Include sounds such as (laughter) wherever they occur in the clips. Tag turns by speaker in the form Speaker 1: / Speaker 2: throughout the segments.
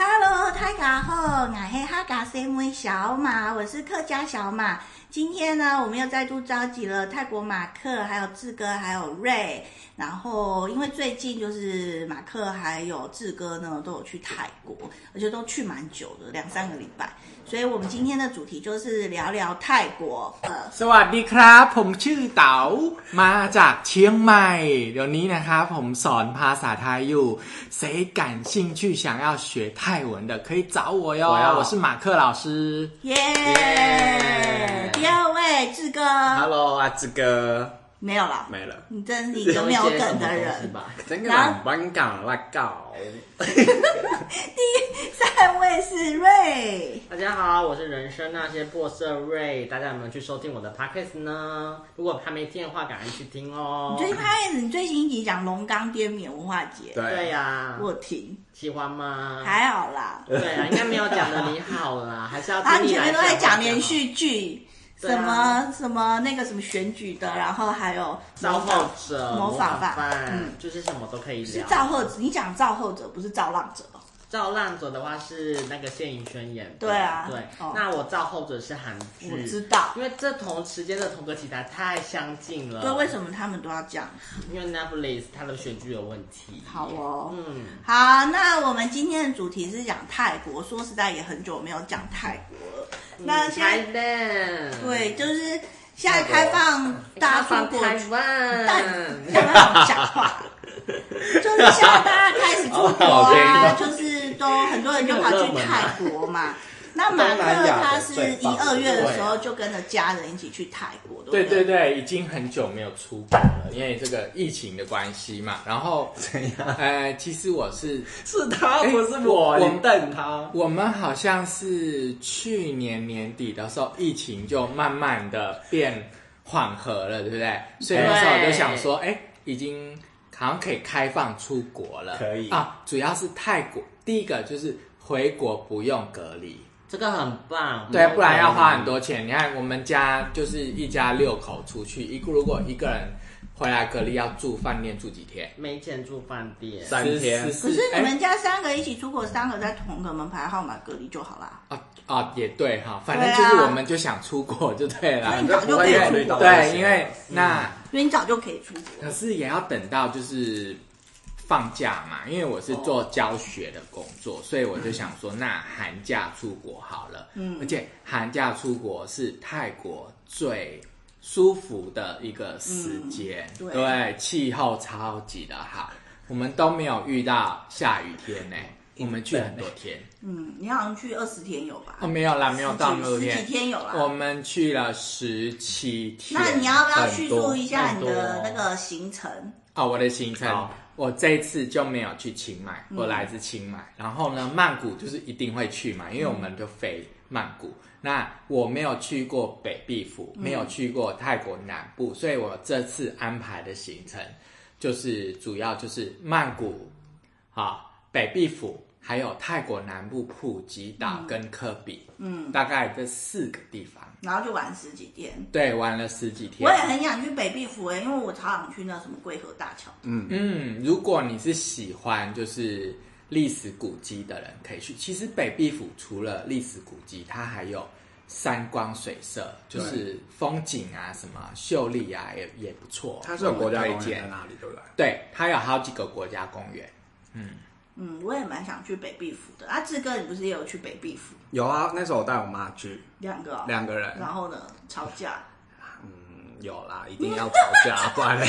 Speaker 1: 嗨嘎后，俺嘿哈嘎 C 妹小马，我是客家小马。今天呢，我们又再度召集了泰国马克，还有志哥，还有瑞。然后，因为最近就是马克还有志哥呢，都有去泰国，而且都去蛮久的，两三个礼拜。所以我们今天的主题就是聊聊泰国。呃，
Speaker 2: สวัสดีครับ ผมชื่อเต๋ามาจากเชียงใหม่ เดี๋ยวนี้นะครับผมสอนภาษาไทยอยู่谁感兴趣想要学泰文的可以找我哟
Speaker 3: 我要
Speaker 2: 我是马克老师
Speaker 1: 耶、
Speaker 3: 耶
Speaker 1: 第二位志哥
Speaker 3: Hello，阿志哥
Speaker 1: 没有了，
Speaker 3: 没了，
Speaker 1: 你真是一个没有梗的人。
Speaker 3: 真个老班港啦搞。
Speaker 1: 三位是瑞。
Speaker 4: 大家好，我是人生那些破色瑞，大家有没有去收听我的 podcast 呢？如果还没听的话，赶快去听哦
Speaker 1: 你。最开始你最新一集讲龙岗滇缅文化节，
Speaker 3: 对
Speaker 4: 对啊呀、 (laughs)
Speaker 1: 我听
Speaker 4: 喜欢吗？
Speaker 1: 还好啦。
Speaker 4: 对啊，应该没有讲的你好
Speaker 1: (laughs)
Speaker 4: 啦，还是要
Speaker 1: 他
Speaker 4: 听
Speaker 1: 们啊前
Speaker 4: 你来
Speaker 1: 面都在讲
Speaker 4: 好
Speaker 1: 连续剧，
Speaker 4: 对
Speaker 1: 什么、
Speaker 4: 啊
Speaker 1: 什么那个什么选举的，然后还有
Speaker 4: 造后者、
Speaker 1: 模仿犯
Speaker 4: 犯
Speaker 1: 嗯
Speaker 4: 就是什么都可以
Speaker 1: 是
Speaker 4: 聊。
Speaker 1: 造后者，你讲造后者不是造浪者哦。
Speaker 4: 造浪者的话是那个谢颖轩演的，
Speaker 1: 对啊
Speaker 4: 对。
Speaker 1: 哦
Speaker 4: 那我造后者是韩剧，
Speaker 1: 我知道
Speaker 4: 因为这同时间的同个题材太相近了。
Speaker 1: 对，为什么他们都要这样？
Speaker 4: 么？因为 Netflix 它的选剧有问题。
Speaker 1: 好哦，
Speaker 4: 嗯。
Speaker 1: 好，那我们今天的主题是讲泰国，说实在也很久没有讲泰国了。
Speaker 4: 嗯
Speaker 1: 那现在、
Speaker 4: 在
Speaker 1: 对，就是现在开放大家出国去
Speaker 4: 台湾，
Speaker 1: 但 (laughs)
Speaker 4: 嗯
Speaker 1: 干嘛讲话？就是现在大家开始出国
Speaker 3: 好好听
Speaker 1: 啊，
Speaker 3: 哦
Speaker 1: 就是都很多人就跑去泰国嘛。
Speaker 2: (laughs)
Speaker 1: 那马
Speaker 3: 东南
Speaker 1: 克
Speaker 3: 亚
Speaker 1: 他
Speaker 3: 的
Speaker 1: 是
Speaker 3: 最
Speaker 1: 一
Speaker 3: 棒
Speaker 1: 二月的
Speaker 3: 对
Speaker 1: 时候就跟着家人一起去泰国，对
Speaker 2: 对
Speaker 1: 不
Speaker 2: 对
Speaker 1: 对？
Speaker 2: 对，已经很久没有出国了，因为这个疫情的关系嘛。然后
Speaker 3: (laughs) 怎样？
Speaker 2: 呃，其实我是
Speaker 3: (laughs) 是他
Speaker 2: 哎
Speaker 3: 不是我，
Speaker 2: 我
Speaker 3: 你瞪他。
Speaker 2: 我们好像是去年年底的时候，疫情就慢慢的变缓和了，对不对？所以那时候我就想说，哎，已经好像可以开放出国了，
Speaker 3: 可以
Speaker 2: 啊。主要是泰国，第一个就是回国不用隔离，
Speaker 4: 这个很棒，
Speaker 2: 对，不然要花很。多钱。你看我们家就是一家六口出去，一如果一个人回来隔离要住饭店住几天？
Speaker 4: 没钱住饭店，
Speaker 3: 三
Speaker 2: 十
Speaker 3: 天
Speaker 1: 可
Speaker 2: 十
Speaker 1: 是
Speaker 2: 四
Speaker 1: 你
Speaker 2: 哎
Speaker 1: 们家三个一起出国，三个在同个门牌号码隔离就好啦。
Speaker 2: 啊啊，也对哈，反正
Speaker 1: 对啊
Speaker 2: 就是我们就想出国就对了。
Speaker 1: 所以你
Speaker 3: 这
Speaker 1: 早就
Speaker 3: 不
Speaker 1: 可
Speaker 3: 会
Speaker 1: 以
Speaker 3: 有
Speaker 1: 出
Speaker 3: 对
Speaker 1: 国，
Speaker 3: 到
Speaker 2: 对，因为那、
Speaker 1: 因为你早就可以出国
Speaker 2: 可。是也要等到就是放假嘛，因为我是做教学的工作，所以我就想说，那寒假出国好了。嗯，而且寒假出国是泰国最舒服的一个时间，
Speaker 1: 嗯对
Speaker 2: 气候超级的好，我们都没有遇到下雨天呢、我们去很多天，
Speaker 1: 嗯，你好像去二十天有吧？
Speaker 2: 哦，没有啦，没有到那么多
Speaker 1: 啊十几
Speaker 2: 天哦
Speaker 1: 十几，天有啦。啊
Speaker 2: 我们去了十七天。
Speaker 1: 那你要不要
Speaker 2: 很
Speaker 1: 叙
Speaker 2: 多
Speaker 1: 述一下
Speaker 2: 很
Speaker 1: 你
Speaker 2: 多
Speaker 1: 的那个行程？
Speaker 2: 哦，我的行程
Speaker 3: 好，
Speaker 2: 我这一次就没有去清迈，
Speaker 1: 嗯
Speaker 2: 我来自清迈。然后呢，曼谷就是一定会去
Speaker 1: 嗯
Speaker 2: 嘛，因为我们就飞曼谷。那我没有去过北壁府，
Speaker 1: 嗯
Speaker 2: 没有去过泰国南部，所以我这次安排的行程就是主要就是曼谷啊、北壁府，还有泰国南部普吉岛跟科比，嗯，大概这四个地方，
Speaker 1: 然后就玩十几天。
Speaker 2: 对，玩了十几天。
Speaker 1: 我也很想去北壁府诶、因为我超想去那什么桂河大桥。
Speaker 2: 嗯，如果你是喜欢就是历史古迹的人，可以去。其实北壁府除了历史古迹，它还有山光水色，就是风景啊、什么秀丽啊，也也不错。
Speaker 3: 他是有国家
Speaker 2: 推
Speaker 3: 公园在
Speaker 2: 荐，
Speaker 3: 哪里，对不对？
Speaker 2: 对，它有好几个国家公园。
Speaker 1: 嗯，我也蛮想去北壁府的。啊，志哥，你不是也有去北壁府
Speaker 3: 有啊，那时候我带我妈去，
Speaker 1: 两个、哦？
Speaker 3: 两个人
Speaker 1: 然后呢，吵架。 (laughs)
Speaker 3: 嗯有啦，一定要吵架，不然嘞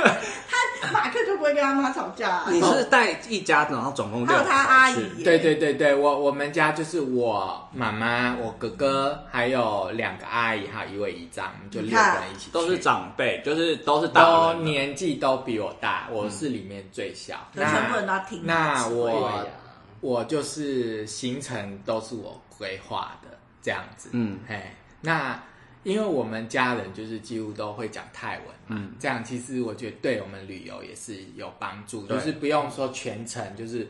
Speaker 1: 他马克就不会跟他妈吵架、啊。
Speaker 3: 你是带一家，然后总共
Speaker 1: 还
Speaker 3: 六
Speaker 1: 有
Speaker 3: 个
Speaker 1: 他阿
Speaker 3: 去
Speaker 1: 姨耶。
Speaker 2: 对对对对，我我们家就是我妈妈、我哥哥，还有两个阿姨，还有一位姨丈，我们就
Speaker 1: 你
Speaker 2: 六
Speaker 1: 看
Speaker 2: 个人一起去。
Speaker 3: 都是长辈，就是都是大
Speaker 2: 都
Speaker 3: 人了，
Speaker 2: 年纪都比我大，我是里面最小。
Speaker 1: 嗯全部人都要听哦
Speaker 2: 那
Speaker 4: 对
Speaker 2: 我
Speaker 3: 啊
Speaker 4: 呀
Speaker 2: 我就是行程都是我规划的这样子。
Speaker 3: 嗯
Speaker 2: 哎，那因为我们家人就是几乎都会讲泰文嘛，
Speaker 3: 嗯
Speaker 2: 这样其实我觉得对我们旅游也是有帮助，
Speaker 3: 对
Speaker 2: 就是不用说全程就是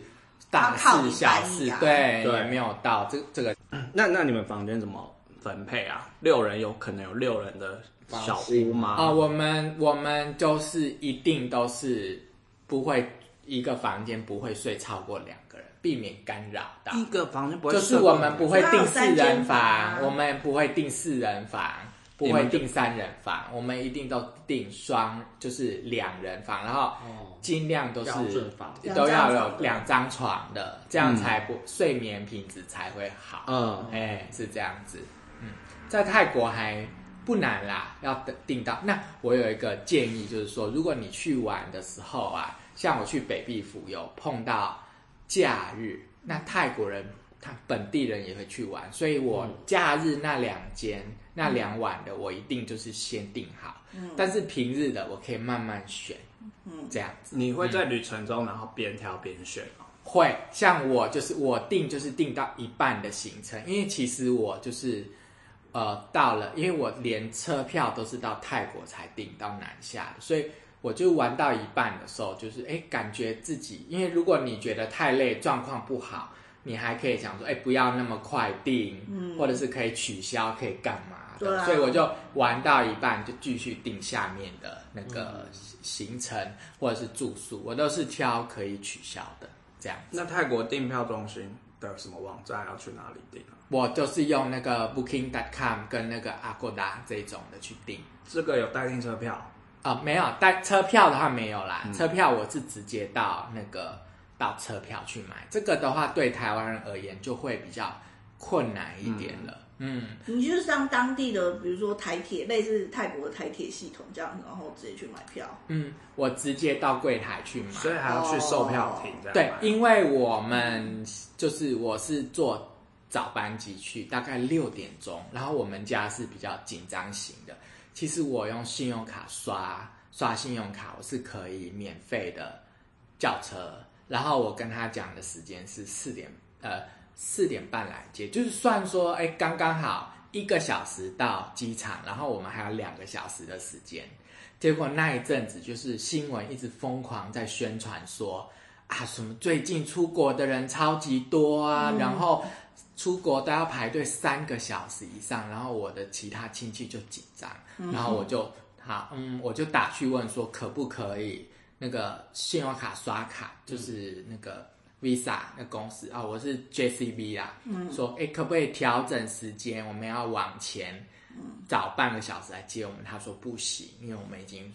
Speaker 2: 大
Speaker 1: 要靠
Speaker 2: 事
Speaker 1: 你
Speaker 2: 小
Speaker 1: 翻译
Speaker 2: 事
Speaker 1: 啊，
Speaker 2: 对，
Speaker 3: 对
Speaker 2: 也没有到这这个
Speaker 3: 那那你们房间怎么分配啊？六人有可能有六人的小屋吗？
Speaker 2: 啊、我们我们就是一定都是不会一个房间不会睡超过两个人。避免干扰到。
Speaker 3: 一个房间不会
Speaker 2: 就
Speaker 3: 设
Speaker 2: 是
Speaker 3: 过
Speaker 2: 我们不会定四
Speaker 1: 所以它有三间
Speaker 2: 人房，啊
Speaker 1: 房
Speaker 2: 我们不会定四人房，不
Speaker 3: 你
Speaker 2: 会
Speaker 3: 们就
Speaker 2: 定三人房，我们一定都定双，就是两人房，然后
Speaker 4: 哦
Speaker 2: 尽量都是
Speaker 4: 标准房
Speaker 2: 都要有两张床的，这样才不、睡眠品质才会好。
Speaker 3: 嗯，
Speaker 2: 哎、是这样子。嗯，在泰国还不难啦，要等订到。那我有一个建议，就是说，如果你去玩的时候啊，像我去北壁府有碰到假日，那泰国人他本地人也会去玩，所以我假日那两间、那两晚的，我一定就是先订好。但是平日的我可以慢慢选，嗯，这样子。
Speaker 3: 你会在旅程中然后边挑边选吗
Speaker 2: 会，像我就是我定就是定到一半的行程，因为其实我就是呃到了，因为我连车票都是到泰国才订到南下的，所以我就玩到一半的时候，就是哎感觉自己，因为如果你觉得太累，状况不好，你还可以想说哎不要那么快订，或者是可以取消，可以干嘛的，
Speaker 1: 嗯对啊
Speaker 2: 所以我就玩到一半就继续订下面的那个
Speaker 3: 嗯
Speaker 2: 行程、或者是住宿，我都是挑可以取消的这样。
Speaker 3: 那泰国订票中心的什么网站要去哪里订啊？
Speaker 2: 我就是用那个 Booking.com 跟那个 Agoda 这种的去订
Speaker 3: 这个有代订车票，
Speaker 2: 啊、没有，但车票的话没有
Speaker 3: 嗯
Speaker 2: 啦，车票我是直接到那个到车票去买，这个的话对台湾人而言就会比较困难一点了，嗯，
Speaker 1: 你就是上当地的，比如说台铁，类似泰国的台铁系统这样，然后直接去买票。
Speaker 2: 嗯，我直接到柜台去买，
Speaker 3: 所以还要去售票亭这样
Speaker 2: 对
Speaker 3: 买。，
Speaker 2: 因为我们就是我是坐早班机去，大概六点钟，然后我们家是比较紧张型的。其实我用信用卡刷刷信用卡，我是可以免费的叫车，然后我跟他讲的时间是四点呃四点半来接，就是算说哎刚刚好一个小时到机场，然后我们还有两个小时的时间。结果那一阵子就是新闻一直疯狂在宣传说啊，什么最近出国的人超级多啊，然后出国都要排队三个小时以上，然后我的其他亲戚就紧张，然后我就好，嗯，我就打去问说可不可以那个信用卡刷卡，就是那个 Visa 那公司啊、我是 JCB 啦，说哎可不可以调整时间，我们要往前。早半个小时来接我们，他说不行，因为我们已经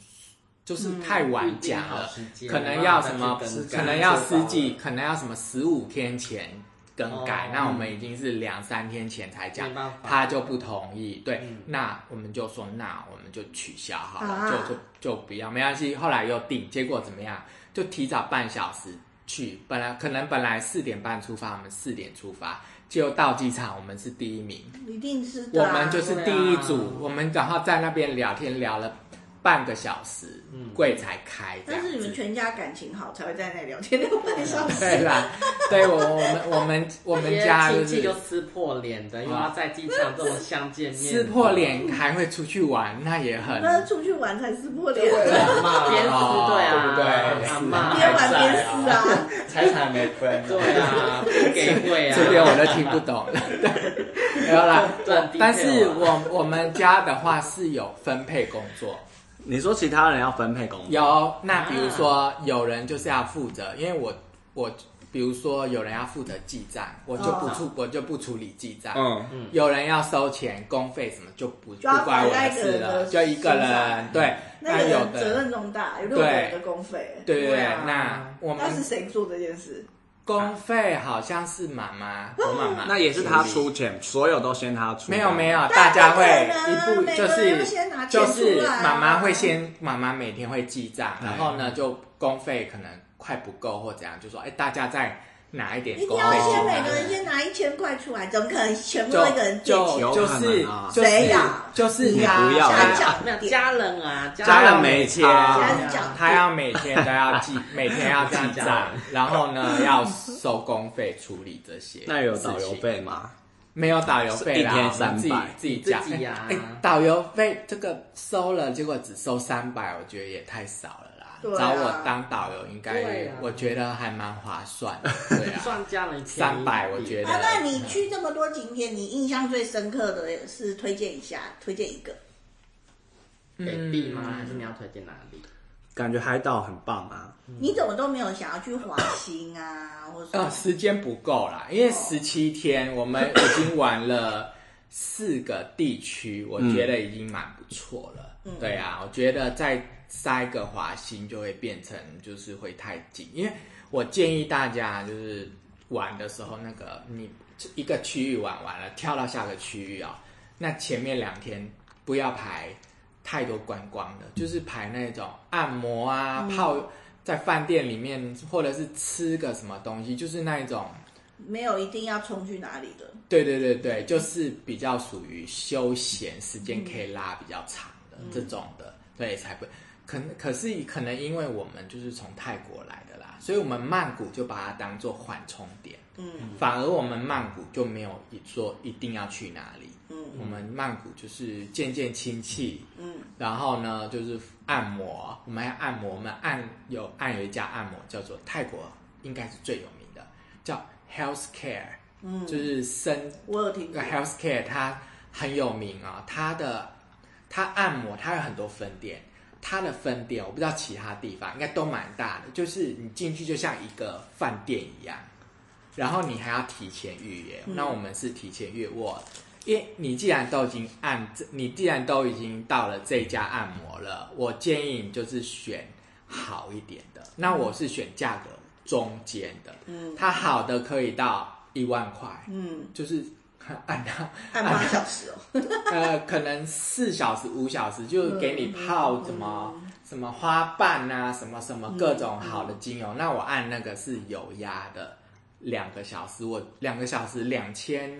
Speaker 2: 就是太晚讲
Speaker 4: 嗯
Speaker 2: 了
Speaker 4: 不一定好时，间
Speaker 2: 可能要什
Speaker 4: 没办
Speaker 2: 么
Speaker 4: 法再去更，改
Speaker 2: 可能要十几，可能要什么十五天前更改，
Speaker 4: 哦
Speaker 2: 那我们已经是两三天前才讲
Speaker 4: 没办法，
Speaker 2: 他就不同意，对，那我们就说那我们就取消好了，
Speaker 1: 嗯啊
Speaker 2: 就就就不要，没关系。后来又定，结果怎么样？就提早半小时去，本来可能本来四点半出发，我们四点出发，结果到机场我们是第一名。
Speaker 1: 一定是
Speaker 2: 我
Speaker 1: 的啊、
Speaker 2: 们就是第一组，我们然后在那边聊天聊了半个小时，柜才开
Speaker 1: 嗯
Speaker 2: 这
Speaker 1: 但
Speaker 2: 样
Speaker 1: 是你们
Speaker 2: 子。
Speaker 1: 全家感情好，才会在那聊天六半
Speaker 2: (laughs)
Speaker 1: 小时。
Speaker 2: 对啦，对我我们我们我
Speaker 4: 我
Speaker 2: 们家
Speaker 4: 亲
Speaker 2: 就
Speaker 4: 戚
Speaker 2: 是
Speaker 4: 就撕破脸的，又要在机场这种相见面，
Speaker 2: 撕破，脸还会出去玩，那也很
Speaker 1: 那出去玩才撕破脸，
Speaker 4: 边撕对啊，
Speaker 2: 哦对不对
Speaker 4: 阿
Speaker 1: (laughs)
Speaker 4: 妈
Speaker 1: 边玩边撕啊。
Speaker 5: 财产没分。
Speaker 4: 对啊，不给会啊，
Speaker 2: 这边我都听不
Speaker 1: (laughs)
Speaker 2: 懂了。没有啦，
Speaker 4: 这很 detail 啊
Speaker 2: 但是我我们家的话是有分配工作，
Speaker 3: 你说其他人要分配工作，
Speaker 2: 有，
Speaker 1: 啊
Speaker 2: 那比如说有人就是要负责，因为我我比如说有人要负责记账，我就
Speaker 1: 嗯
Speaker 2: 不处、我就不处理记
Speaker 3: (laughs)
Speaker 2: 账。
Speaker 5: 嗯，
Speaker 2: 有人要收钱、公费什么就不
Speaker 1: 就要
Speaker 2: 不关我
Speaker 1: 放在
Speaker 2: 的
Speaker 1: 一个
Speaker 2: 事
Speaker 1: 人
Speaker 2: 了，
Speaker 1: 的
Speaker 2: 就一个
Speaker 1: 身
Speaker 2: 人
Speaker 1: 上
Speaker 2: 对，
Speaker 1: 那
Speaker 2: 那
Speaker 1: 个
Speaker 2: 有
Speaker 1: 人责
Speaker 2: 的
Speaker 1: 任重大，有六个人的公费。
Speaker 2: 对对
Speaker 4: 对
Speaker 2: 对
Speaker 4: 啊，
Speaker 2: 那我
Speaker 1: 那是
Speaker 2: 们
Speaker 1: 谁做这件事？
Speaker 2: 公费好像是妈妈，
Speaker 1: 嗯
Speaker 2: 我妈妈
Speaker 3: 那也是他出钱，所有都先他出。
Speaker 2: 没有没有，
Speaker 1: 但
Speaker 2: 大家
Speaker 1: 不可
Speaker 2: 会
Speaker 1: 能
Speaker 2: 一步
Speaker 1: 每
Speaker 2: 就
Speaker 1: 个人
Speaker 2: 是
Speaker 1: 要先拿钱
Speaker 2: 就
Speaker 1: 出
Speaker 2: 是
Speaker 1: 来啊
Speaker 2: 妈妈会先，妈妈每天会记账，
Speaker 3: 对
Speaker 2: 然后呢就公费可能快不够或怎样，就说哎大家再拿一点
Speaker 1: 一定
Speaker 2: 公
Speaker 1: 要
Speaker 2: 费
Speaker 1: 先
Speaker 2: 进
Speaker 1: 每
Speaker 2: 来
Speaker 1: 个。人先拿一千块出来，怎么可能全部
Speaker 2: 就
Speaker 1: 都一个人借钱？
Speaker 2: 就
Speaker 3: 有
Speaker 2: 就
Speaker 3: 可
Speaker 2: 是
Speaker 3: 能啊
Speaker 2: 就是
Speaker 1: 谁呀
Speaker 2: 就是
Speaker 3: 你
Speaker 2: 他
Speaker 3: 不要
Speaker 2: 他
Speaker 1: 家教
Speaker 4: 没有家人啊，
Speaker 3: 家人
Speaker 4: 人
Speaker 3: 没钱
Speaker 1: 家人讲
Speaker 2: 他要每天都要记，
Speaker 3: (laughs)
Speaker 2: 每天要记账，然后呢要收工费处理这些。
Speaker 3: 那有导游？费吗？
Speaker 2: 没有导游费啦，
Speaker 3: 一天
Speaker 2: 我们自己
Speaker 3: 300
Speaker 2: 自己讲。
Speaker 4: 自己啊
Speaker 2: 哎、哎导游费这个收了，结果只收三百，我觉得也太少了啦。
Speaker 1: 对啊
Speaker 2: 找我当导游应该
Speaker 4: 对啊，
Speaker 2: 我觉得还蛮划算
Speaker 3: (laughs)
Speaker 2: 的。对啊，
Speaker 4: 算家人
Speaker 2: 三百我觉
Speaker 4: 得
Speaker 2: 得。
Speaker 1: 啊，那你去这么多景点，你印象最深刻的是推荐一下，推荐一个。嗯
Speaker 4: 北壁吗？还是你要推荐哪里？
Speaker 3: 感觉海岛很棒啊。
Speaker 1: 你怎么都没有想要去华兴啊，或者
Speaker 2: 呃，
Speaker 1: 说
Speaker 2: 时间不够啦，因为十七天我们已经玩了四个地区，我觉得已经蛮不错了。对啊，我觉得再塞一个华兴就会变成就是会太紧，因为我建议大家就是玩的时候，那个你一个区域玩完了，跳到下个区域啊、那前面两天不要排太多观光的，就是排那种按摩啊、泡在饭店里面，或者是吃个什么东西，就是那一种。
Speaker 1: 没有一定要冲去哪里的？
Speaker 2: 对对对对，就是比较属于休闲，时间可以拉比较长的、这种的，对，才不可能可是可能因为我们就是从泰国来的啦，所以我们曼谷就把它当做缓冲点，
Speaker 1: 嗯
Speaker 2: 反而我们曼谷就没有一说一定要去哪里，
Speaker 1: 嗯
Speaker 2: 我们曼谷就是见见亲戚，
Speaker 1: 嗯
Speaker 2: 然后呢就是按摩，我们还按摩，我们按有按有一家按摩叫做泰国应该是最有名的，叫 Health Care，
Speaker 1: 嗯，
Speaker 2: 就是身
Speaker 1: 我有听
Speaker 2: 这
Speaker 1: 过
Speaker 2: 个。Healthcare 它很有名啊，它的它按摩它有很多分店，它的分店我不知道其他地方应该都蛮大的，就是你进去就像一个饭店一样，然后你还要提前预约。那我们是提前预约，我因为你既然都已经按这，你既然都已经到了这家按摩了，我建议你就是选好一点的。那我是选价格中间的，
Speaker 1: 嗯
Speaker 2: 它好的可以到一万块，
Speaker 1: 嗯，
Speaker 2: 就是按到
Speaker 1: 按八小时哦。
Speaker 2: (laughs) 呃，可能四小时、五小时就
Speaker 1: 嗯
Speaker 2: 给你泡什么、什么花瓣啊，什么什么各种好的精油。
Speaker 1: 嗯
Speaker 2: 那我按那个是有压的，两个小时，我两个小时两千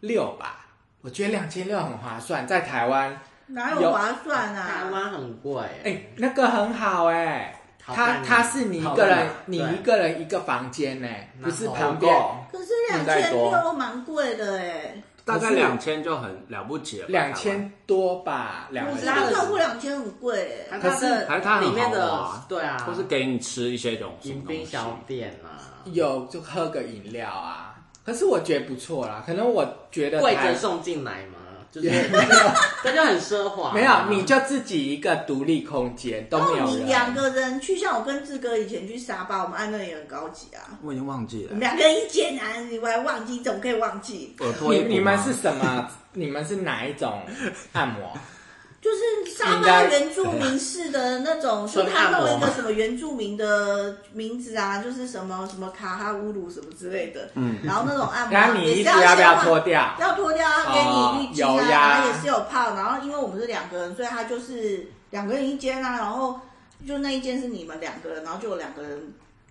Speaker 2: 六吧，我觉得两千六很划算，在台湾，
Speaker 1: 哪有
Speaker 2: 有
Speaker 1: 划算
Speaker 4: 台
Speaker 1: 啊？
Speaker 4: 湾很贵，
Speaker 2: 哎、那个很好哎、
Speaker 4: 好
Speaker 2: 它
Speaker 4: 办
Speaker 2: 它
Speaker 4: 理
Speaker 2: 是你一
Speaker 4: 好
Speaker 2: 个
Speaker 4: 办
Speaker 2: 人
Speaker 4: 理，
Speaker 2: 你
Speaker 4: 对
Speaker 2: 一个人一个房间呢、
Speaker 4: 那
Speaker 2: 不是
Speaker 4: 好
Speaker 2: 旁
Speaker 4: 不
Speaker 2: 边
Speaker 4: 够
Speaker 1: 可是
Speaker 2: 现
Speaker 1: 两
Speaker 2: 在
Speaker 1: 千
Speaker 2: 多
Speaker 1: 六蛮贵的哎，
Speaker 3: 大概
Speaker 2: 可是
Speaker 3: 两千就很了不起了吧，
Speaker 2: 两千多吧，两
Speaker 1: 我
Speaker 4: 可
Speaker 1: 知
Speaker 4: 是
Speaker 2: 千
Speaker 4: 它
Speaker 1: 道
Speaker 4: 的
Speaker 1: 超过两千很贵哎。
Speaker 4: 它它的
Speaker 3: 还是它很
Speaker 4: 里面
Speaker 3: 豪
Speaker 4: 的
Speaker 3: 华
Speaker 4: 对啊，
Speaker 3: 台湾，或是给你吃一些东西，
Speaker 4: 迎宾小点啊，
Speaker 2: 有就喝个饮料啊。可是我觉得不错啦，可能我觉得
Speaker 4: 跪
Speaker 2: 台
Speaker 4: 着送进来
Speaker 2: (laughs)
Speaker 4: 嘛，就是 (laughs) 这就很奢华啊。
Speaker 2: 没有，你就自己一个独立空间都
Speaker 1: 然
Speaker 2: 没
Speaker 1: 后
Speaker 4: 哦
Speaker 2: 有
Speaker 1: 你两
Speaker 2: 人。
Speaker 1: 个人去，像我跟志哥以前去沙巴，我们按那也很高级啊。
Speaker 3: 我已经忘记
Speaker 1: 我
Speaker 3: 了
Speaker 1: 们。两个人一间啊，你还忘记，你怎么可以忘记？
Speaker 3: 耳朵
Speaker 2: 你你们是什么？你们是哪一种按
Speaker 4: (laughs)
Speaker 2: 摩？
Speaker 1: 就是沙
Speaker 2: 应
Speaker 1: 巴
Speaker 2: 该
Speaker 1: 原住民式的那种，就
Speaker 4: 纯
Speaker 1: 他
Speaker 4: 按摩
Speaker 1: 弄一个
Speaker 4: 吗
Speaker 1: 什么原住民的名字啊，就是什么什么卡哈乌鲁什么之类的。嗯，然后那种按摩
Speaker 2: 然
Speaker 1: 啊
Speaker 2: 后你
Speaker 1: 也是
Speaker 2: 衣服要不要
Speaker 1: 先
Speaker 2: 脱
Speaker 1: 换
Speaker 2: 掉？
Speaker 1: 要脱掉，他给你浴巾啊，
Speaker 2: 哦有呀
Speaker 1: 然后也是有泡，然后因为我们是两个人，所以他就是两个人一间啊，然后就那一间是你们两个人，然后就有两个人，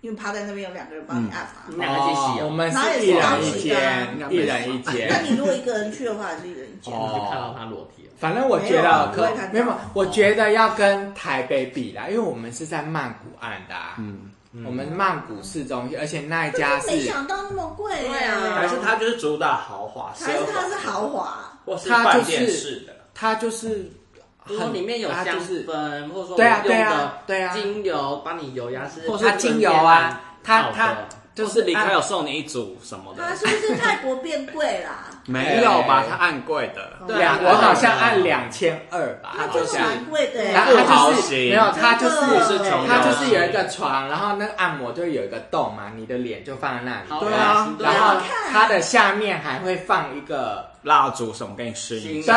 Speaker 1: 因为趴在那边有两个人帮你按
Speaker 4: 你
Speaker 1: 嘛。
Speaker 4: 们两个一起洗
Speaker 2: 哦我
Speaker 4: 哦，
Speaker 2: 们
Speaker 1: 哪
Speaker 2: 是
Speaker 1: 里
Speaker 2: 一人
Speaker 1: 是
Speaker 2: 一
Speaker 1: 高
Speaker 2: 间，一人
Speaker 3: 级的
Speaker 2: 一
Speaker 1: 那
Speaker 2: 间。
Speaker 1: 你如果一个人去的话，也是一人一间。
Speaker 2: 哦
Speaker 4: 就看到他裸体了。
Speaker 2: 反正我觉
Speaker 1: 没有啊
Speaker 2: 得
Speaker 1: 不会
Speaker 2: 可
Speaker 1: 看
Speaker 2: 没有
Speaker 1: 到，
Speaker 2: 我觉得要跟台北比啦，因为我们是在曼谷按的、啊，嗯，我们曼谷市中心，而且那一家
Speaker 1: 但是没
Speaker 2: 是
Speaker 1: 想到那么贵、
Speaker 4: 对啊
Speaker 3: 还是它就是主打豪华，
Speaker 1: 还是它是豪华。
Speaker 3: 或是
Speaker 2: 它
Speaker 3: 饭
Speaker 2: 就是
Speaker 3: 店式的。
Speaker 2: 它就是
Speaker 4: 如果
Speaker 2: 很
Speaker 4: 里面有
Speaker 2: 它
Speaker 4: 香
Speaker 2: 就是
Speaker 4: 氛，或者说
Speaker 2: 对啊
Speaker 4: 我用
Speaker 2: 对啊
Speaker 4: 的
Speaker 2: 对啊
Speaker 4: 精油帮你油压是，
Speaker 3: 或是
Speaker 2: 它精油啊，它
Speaker 4: 好的
Speaker 2: 它就
Speaker 3: 就是是离开
Speaker 2: 按
Speaker 3: 有送你一组什么
Speaker 1: 它
Speaker 3: 的，
Speaker 1: 啊是不是泰国变贵啦？
Speaker 3: 没有吧？
Speaker 2: 哎
Speaker 3: 它按贵的，
Speaker 4: 对啊
Speaker 2: 两，我好像按两千二吧，
Speaker 1: 它
Speaker 2: 好
Speaker 1: 就是
Speaker 2: 像。
Speaker 1: 蛮贵的、
Speaker 2: 然
Speaker 1: 欸。
Speaker 2: 后
Speaker 3: 啊不
Speaker 2: 它
Speaker 3: 好
Speaker 2: 啊就是
Speaker 3: 行
Speaker 2: 没有，它就是
Speaker 1: 真的
Speaker 3: 是
Speaker 2: 它就是有一个床，然后那个按摩就有一个洞嘛，你的脸就放在那里，
Speaker 4: 好
Speaker 3: 对啊
Speaker 4: 恶心对
Speaker 2: 然
Speaker 1: 好
Speaker 2: 后
Speaker 1: 看
Speaker 2: 它的下面还会放一个，
Speaker 3: 蜡烛什么给你试一
Speaker 4: 行
Speaker 3: 下。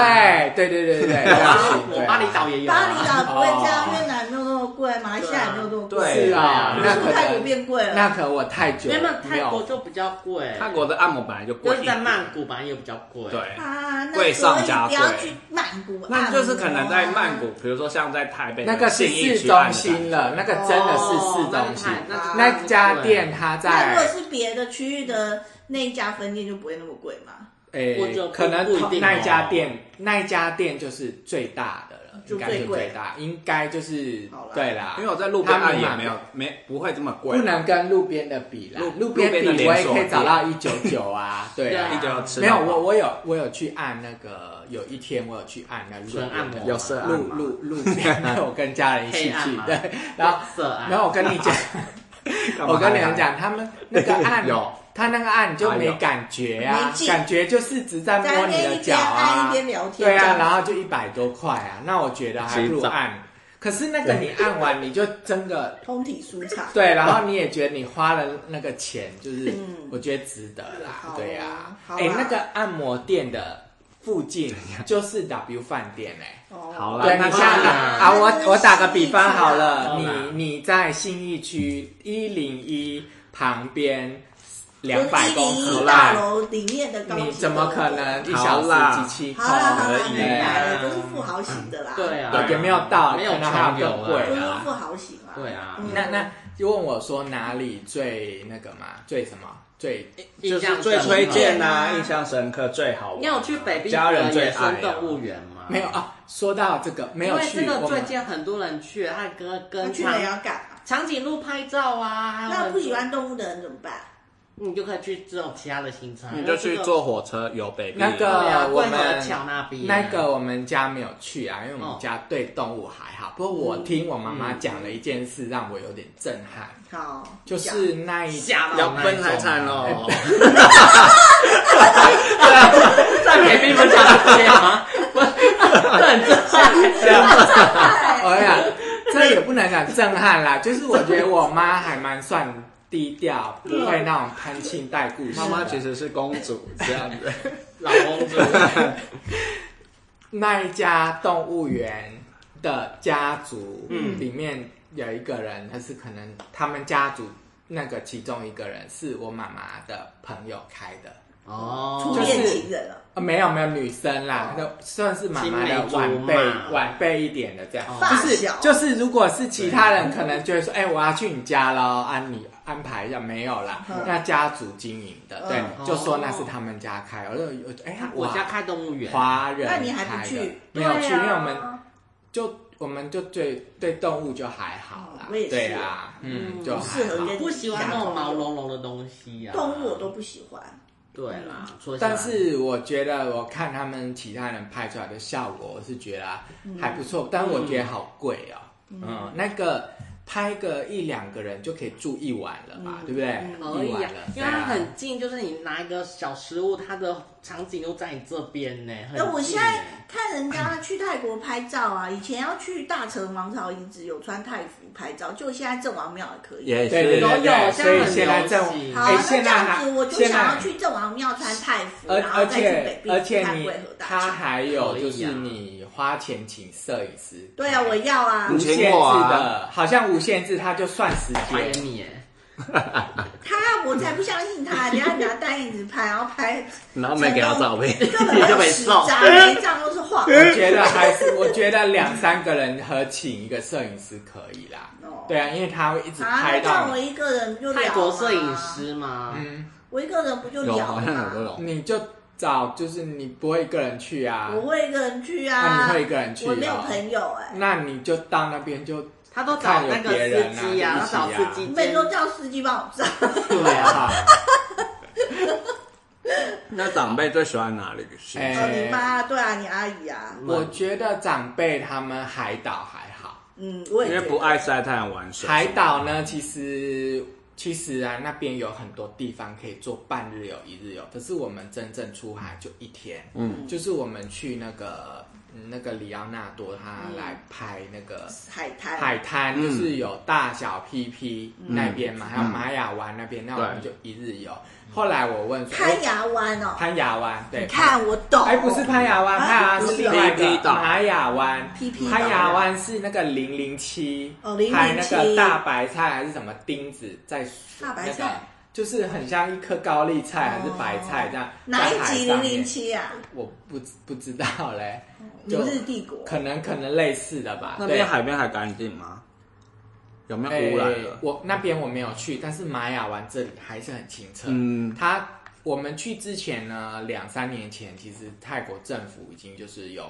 Speaker 2: 对对对对对对，
Speaker 4: 有啊
Speaker 2: 然后
Speaker 4: 我巴厘岛也有啊，
Speaker 1: 巴厘岛不会这样，
Speaker 2: 哦
Speaker 1: 越南没有那么贵，马来西亚也没有那么贵。
Speaker 3: 对
Speaker 2: 是啊
Speaker 4: 啊，
Speaker 2: 那
Speaker 1: 就是
Speaker 2: 可
Speaker 1: 泰国
Speaker 2: 能
Speaker 1: 变贵了。
Speaker 2: 那可能我太久
Speaker 4: 没有
Speaker 2: 没
Speaker 4: 泰国
Speaker 2: 有，
Speaker 4: 就比较贵，
Speaker 3: 泰国的按摩本来就
Speaker 4: 就
Speaker 3: 贵
Speaker 4: 是
Speaker 3: 一
Speaker 4: 在
Speaker 3: 点，
Speaker 4: 曼谷本来也比较贵，哦
Speaker 3: 对，
Speaker 1: 啊，那所以
Speaker 3: 贵上加
Speaker 1: 不要
Speaker 3: 贵
Speaker 1: 去曼谷按摩啊，
Speaker 3: 那就是可能在曼谷，比如说像在台北
Speaker 2: 那个是
Speaker 3: 信义
Speaker 2: 市
Speaker 3: 区
Speaker 2: 中
Speaker 3: 按的
Speaker 2: 心了，那个真的是市中心，
Speaker 4: 哦那
Speaker 2: 那
Speaker 4: 太
Speaker 2: 家店它
Speaker 1: 那如
Speaker 2: 在
Speaker 1: 果。是别的区域的那一家分店就不会那么贵嘛？
Speaker 2: 诶、
Speaker 4: 我觉得不
Speaker 2: 可能
Speaker 4: 不一定
Speaker 2: 那一家
Speaker 4: 哦
Speaker 2: 店，那一家店就是最大的了，
Speaker 1: 就
Speaker 2: 应该是
Speaker 1: 最贵
Speaker 2: 最大，应该就是
Speaker 1: 好啦
Speaker 2: 对啦，
Speaker 3: 因为我在路边
Speaker 2: 他
Speaker 3: 按
Speaker 2: 们
Speaker 3: 也
Speaker 2: 嘛
Speaker 3: 没有没不会这么
Speaker 2: 不
Speaker 3: 贵，
Speaker 2: 能跟路边的比啦
Speaker 3: 路，
Speaker 2: 路
Speaker 3: 路
Speaker 2: 边
Speaker 3: 边的
Speaker 2: 比我
Speaker 3: 连
Speaker 2: 也
Speaker 3: 锁
Speaker 2: 可以找
Speaker 3: 店
Speaker 2: 到一九九啊，对啊
Speaker 4: 对啊一九九
Speaker 3: 吃
Speaker 2: 没有
Speaker 3: 到饱
Speaker 2: 我我有我有去按那个，有一天我有去按那路
Speaker 4: 纯按摩啊
Speaker 3: 有色按
Speaker 2: 路
Speaker 3: 吗？
Speaker 2: 路路边 (laughs) 的，我跟家人一起
Speaker 4: 黑暗
Speaker 2: 去
Speaker 4: 嘛，
Speaker 2: 对，然
Speaker 4: (laughs)
Speaker 2: 后
Speaker 4: 色暗，
Speaker 2: 然后我跟你讲。
Speaker 3: 干嘛
Speaker 2: 我跟你们讲，他们那个按
Speaker 3: (laughs) 有，
Speaker 2: 他那个按你就没
Speaker 3: 有
Speaker 2: 感觉
Speaker 1: 没
Speaker 2: 啊，
Speaker 1: 劲
Speaker 2: 感觉就是只在
Speaker 1: 在
Speaker 2: 摸
Speaker 1: 那
Speaker 2: 你
Speaker 1: 边
Speaker 2: 的
Speaker 1: 一
Speaker 2: 脚
Speaker 1: 边按
Speaker 2: 啊
Speaker 1: 一，边聊天，
Speaker 2: 对
Speaker 1: 这
Speaker 2: 啊，
Speaker 1: 样
Speaker 2: 然后就一百多块啊，那我觉得还不如
Speaker 3: 洗澡
Speaker 2: 按。可是那个你按完你就真
Speaker 3: (laughs)
Speaker 2: 的
Speaker 1: 通体舒畅。
Speaker 2: 对，然后你也觉得你花了那个钱，就是我觉得值得啦
Speaker 1: 嗯好，
Speaker 2: 对呀
Speaker 1: 啊。好啊
Speaker 2: 哎，那个按摩店的附近就是 W 饭店哎。
Speaker 1: 哦
Speaker 3: 好啦
Speaker 2: 对
Speaker 3: 那
Speaker 2: 你
Speaker 3: 就
Speaker 2: 像啊，我我打个比方好了，
Speaker 4: 好啦
Speaker 2: 你你在信义区一零一旁边两
Speaker 1: 跟
Speaker 2: 百
Speaker 1: 一
Speaker 2: 公
Speaker 1: 零
Speaker 2: 尺
Speaker 1: 一大
Speaker 2: 啦，
Speaker 1: 楼里面的高级
Speaker 2: 你怎么可能一小
Speaker 3: 好啦
Speaker 2: 时几七
Speaker 1: 好啦好
Speaker 2: 而
Speaker 1: 啦，
Speaker 2: 已
Speaker 1: 明白了，
Speaker 2: 啊
Speaker 1: 都是富豪型的啦，
Speaker 4: 对啊，
Speaker 2: 对有没有到
Speaker 4: 没有
Speaker 2: 可能还
Speaker 4: 穷
Speaker 2: 有
Speaker 4: 游
Speaker 2: 更
Speaker 1: 都
Speaker 2: 贵
Speaker 1: 是
Speaker 2: 啊
Speaker 1: 富豪型啊。
Speaker 4: 对啊，
Speaker 2: 那那就问我说哪里最那个嘛，最什么最
Speaker 4: 印象
Speaker 3: 最
Speaker 4: 深
Speaker 3: 推荐
Speaker 1: 的
Speaker 3: 呐、印象深刻、最好玩。
Speaker 4: 你有去北冰
Speaker 3: 家人
Speaker 4: 洋
Speaker 3: 最
Speaker 4: 野
Speaker 3: 爱、
Speaker 4: 生
Speaker 3: 啊
Speaker 4: 动物园吗？
Speaker 2: 没有，啊？说到这个没
Speaker 4: 因
Speaker 2: 有
Speaker 4: 为这
Speaker 2: 去，
Speaker 4: 个
Speaker 2: 我
Speaker 4: 最
Speaker 2: 们
Speaker 4: 近很多人去，他跟
Speaker 1: 那
Speaker 4: 跟
Speaker 1: 去了
Speaker 4: 长
Speaker 1: 要干嘛？
Speaker 4: 长颈鹿拍照啊，还有
Speaker 1: 那
Speaker 4: 很
Speaker 1: 不喜欢动物的人怎么办？
Speaker 4: 你就可以去这种其他的行程，
Speaker 3: 你就去
Speaker 4: 因为这个
Speaker 3: 坐火车游北冰洋
Speaker 2: 那个
Speaker 4: 对啊，
Speaker 2: 我
Speaker 4: 桂
Speaker 2: 们
Speaker 4: 河桥那边
Speaker 2: 那个我们家没有去啊，因为我
Speaker 4: 哦
Speaker 2: 们家对动物还好。不过我听我妈妈讲了一件事，让我有点震撼。
Speaker 1: 好，
Speaker 2: 就是那一
Speaker 4: 嗯吓到
Speaker 3: 要
Speaker 4: 那一
Speaker 3: 分
Speaker 4: 种
Speaker 3: 财产喽。
Speaker 4: (laughs) 在北冰不讲这些吗？ (laughs) 不是，这很正常。
Speaker 2: 哎呀，这也不能讲震撼啦，就是我觉得我妈还蛮算低调，不会那种攀亲带故事的。
Speaker 3: 妈妈其实是公主这样子，
Speaker 4: 老公主，
Speaker 2: 那一家动物园的家族，嗯，里面有一个人，他是可能他们家族那个其中一个人是我妈妈的朋友开的。
Speaker 4: 哦
Speaker 1: 初恋情人了，
Speaker 2: 啊，没有没有，女生
Speaker 1: 哦
Speaker 2: 啦，那、算是妈妈的
Speaker 4: 青梅竹
Speaker 2: 晚
Speaker 4: 马
Speaker 2: 辈晚辈一点的这样，
Speaker 1: 发
Speaker 2: 就是
Speaker 1: 小
Speaker 2: 就是，如果是其他人，可能就会说，哎、我要去你家喽，啊，你安排一下，没有啦，
Speaker 1: 嗯
Speaker 2: 那家族经营的，
Speaker 1: 嗯啊
Speaker 2: 对，就说那是
Speaker 4: 哦
Speaker 2: 他们家开，我就我就哎、呀，
Speaker 4: 我家开动物园，
Speaker 2: 华人
Speaker 1: 那
Speaker 2: 开的，
Speaker 1: 你还不去？
Speaker 2: 没有去，
Speaker 1: 对啊
Speaker 2: 因为我们就我们就对对动物就还好啦，
Speaker 1: 哦我也是哦
Speaker 2: 对啊，嗯，就还好
Speaker 1: 适合约
Speaker 4: 不喜欢那种毛茸茸的东西啊。
Speaker 1: 动物我都嗯不喜欢。
Speaker 4: 对啦，说起来
Speaker 2: 但是我觉得，我看他们其他人拍出来的效果，我是觉得啊
Speaker 1: 嗯
Speaker 2: 还不错，但我觉得好贵哦。嗯，那个拍个一两个人就可以住一晚了吧，
Speaker 1: 嗯
Speaker 2: 对不
Speaker 4: 可
Speaker 2: 对？一
Speaker 4: 以
Speaker 2: 晚
Speaker 4: 啊
Speaker 2: 了，，
Speaker 4: 因为它
Speaker 2: 对啊
Speaker 4: 很近，就是你拿一个小食物，它的场景都在你这边呢。很
Speaker 1: 那哎我
Speaker 4: 近
Speaker 1: 现
Speaker 4: 欸
Speaker 1: 在看人家去泰国拍照啊，以前要去大成王朝遗址有穿泰服拍照，就现在郑王庙也可以。
Speaker 3: (laughs) 也
Speaker 2: 对对
Speaker 3: 是
Speaker 4: 有
Speaker 2: 对对，
Speaker 4: 现在
Speaker 2: 所以
Speaker 4: 很
Speaker 2: 现在
Speaker 4: 流
Speaker 2: 在
Speaker 4: 行
Speaker 1: 好，
Speaker 2: 哎，
Speaker 1: 那
Speaker 2: 现
Speaker 1: 这
Speaker 2: 在
Speaker 1: 样
Speaker 2: 还
Speaker 1: 子我就
Speaker 2: 现
Speaker 1: 想要
Speaker 2: 在。
Speaker 1: 去郑王庙穿泰服，
Speaker 2: 而
Speaker 1: 然后
Speaker 2: 而
Speaker 1: 再去北
Speaker 2: 且
Speaker 1: 壁
Speaker 2: 而且
Speaker 1: 看
Speaker 2: 你
Speaker 1: 桂河，大
Speaker 2: 他
Speaker 1: 桥。
Speaker 2: 还有就
Speaker 4: 可以
Speaker 2: 是
Speaker 4: 啊
Speaker 2: 你花钱请摄影师，
Speaker 1: 对啊，我要啊
Speaker 2: 无，
Speaker 3: 你
Speaker 2: 限
Speaker 3: 请
Speaker 2: 制
Speaker 3: 我啊
Speaker 2: 的，好像无限制，他就算时
Speaker 4: 怀
Speaker 2: 间
Speaker 4: 疑，你耶，
Speaker 1: 他我才不相信
Speaker 2: (laughs)
Speaker 1: 他，人家拿单影子拍，然后拍
Speaker 3: 然后没给他照片，
Speaker 1: 根本没
Speaker 4: 就
Speaker 1: 有
Speaker 4: 没
Speaker 1: 十
Speaker 4: 送
Speaker 1: 张，每一张都是
Speaker 2: (laughs)
Speaker 1: 画。啊
Speaker 2: 我觉得还是，我觉得两三个人合请一个摄影师可以啦。
Speaker 1: 哦
Speaker 2: 对啊，因为他会一直
Speaker 1: 啊，那
Speaker 2: 拍
Speaker 1: 这样
Speaker 2: 到
Speaker 1: 我
Speaker 2: 你，
Speaker 1: 一个人就
Speaker 4: 泰
Speaker 1: 聊
Speaker 4: 国
Speaker 1: 吗
Speaker 4: 摄影，师吗？
Speaker 2: 嗯，
Speaker 1: 我一个人不就啊
Speaker 3: 有
Speaker 1: 聊
Speaker 3: 好像有这
Speaker 1: 吗？
Speaker 3: 种。
Speaker 2: 你就找，就是你不会一个人去啊，
Speaker 1: 我会一个人去
Speaker 2: 那
Speaker 1: 啊，
Speaker 2: 你会一个人去哦
Speaker 1: 我没有朋友哎，
Speaker 2: 那你就到那边就
Speaker 4: 他都找那个司
Speaker 2: 看有别
Speaker 4: 机
Speaker 2: 人啊
Speaker 4: 啊，他找司
Speaker 2: 就
Speaker 4: 机
Speaker 1: 每
Speaker 4: 兼
Speaker 1: 周叫司机帮我
Speaker 2: (laughs)
Speaker 1: 照。
Speaker 4: (laughs) 对
Speaker 1: (laughs)
Speaker 4: 啊，
Speaker 3: 那长辈最喜欢哪里是？
Speaker 2: 哎
Speaker 1: 哦，你妈对啊，你阿姨啊，
Speaker 2: 我觉得长辈他们海岛还好，
Speaker 1: 嗯，我也
Speaker 3: 因为
Speaker 1: 觉得
Speaker 3: 不爱晒太阳玩水。
Speaker 2: 海岛呢，其实其实啊，那边有很多地方可以做半日游、一日游，可是我们真正出海就一天，嗯，就是我们去那个嗯那个里奥纳多他来拍那个。
Speaker 1: 海滩，
Speaker 2: 海滩
Speaker 3: 嗯
Speaker 2: 就是有大小 PP 那边嘛，还有玛雅湾那边，那我们就
Speaker 3: 对
Speaker 2: 一日游。后来我问说，
Speaker 1: 攀牙湾哦，
Speaker 2: 攀牙湾，对，
Speaker 1: 你看我懂，
Speaker 2: 哎，不是攀牙湾，
Speaker 1: 啊
Speaker 2: 攀牙湾是另外一
Speaker 3: 不是
Speaker 2: 个
Speaker 3: PP 岛
Speaker 2: 玛雅湾
Speaker 1: PP 岛
Speaker 2: 攀牙湾是那个零零七
Speaker 1: 哦，007
Speaker 2: 还那个大白菜还是什么钉子在
Speaker 1: 大白菜哦
Speaker 2: 那个就是很像一颗高丽菜还是白菜这样。
Speaker 1: 哪一集
Speaker 2: 在海
Speaker 1: 零
Speaker 2: 上面
Speaker 1: 零？七哦啊？
Speaker 2: 我不知不知道嘞，
Speaker 1: 明
Speaker 2: 就
Speaker 1: 日帝国，
Speaker 2: 可能可能类似的吧。
Speaker 3: 那
Speaker 2: 对
Speaker 3: 边海边还干净吗？有没有污染了
Speaker 2: 哎？我那边我没有去，但是玛雅湾这里还是很清澈。
Speaker 3: 嗯
Speaker 2: 它我们去之前呢，两三年前，其实泰国政府已经就是有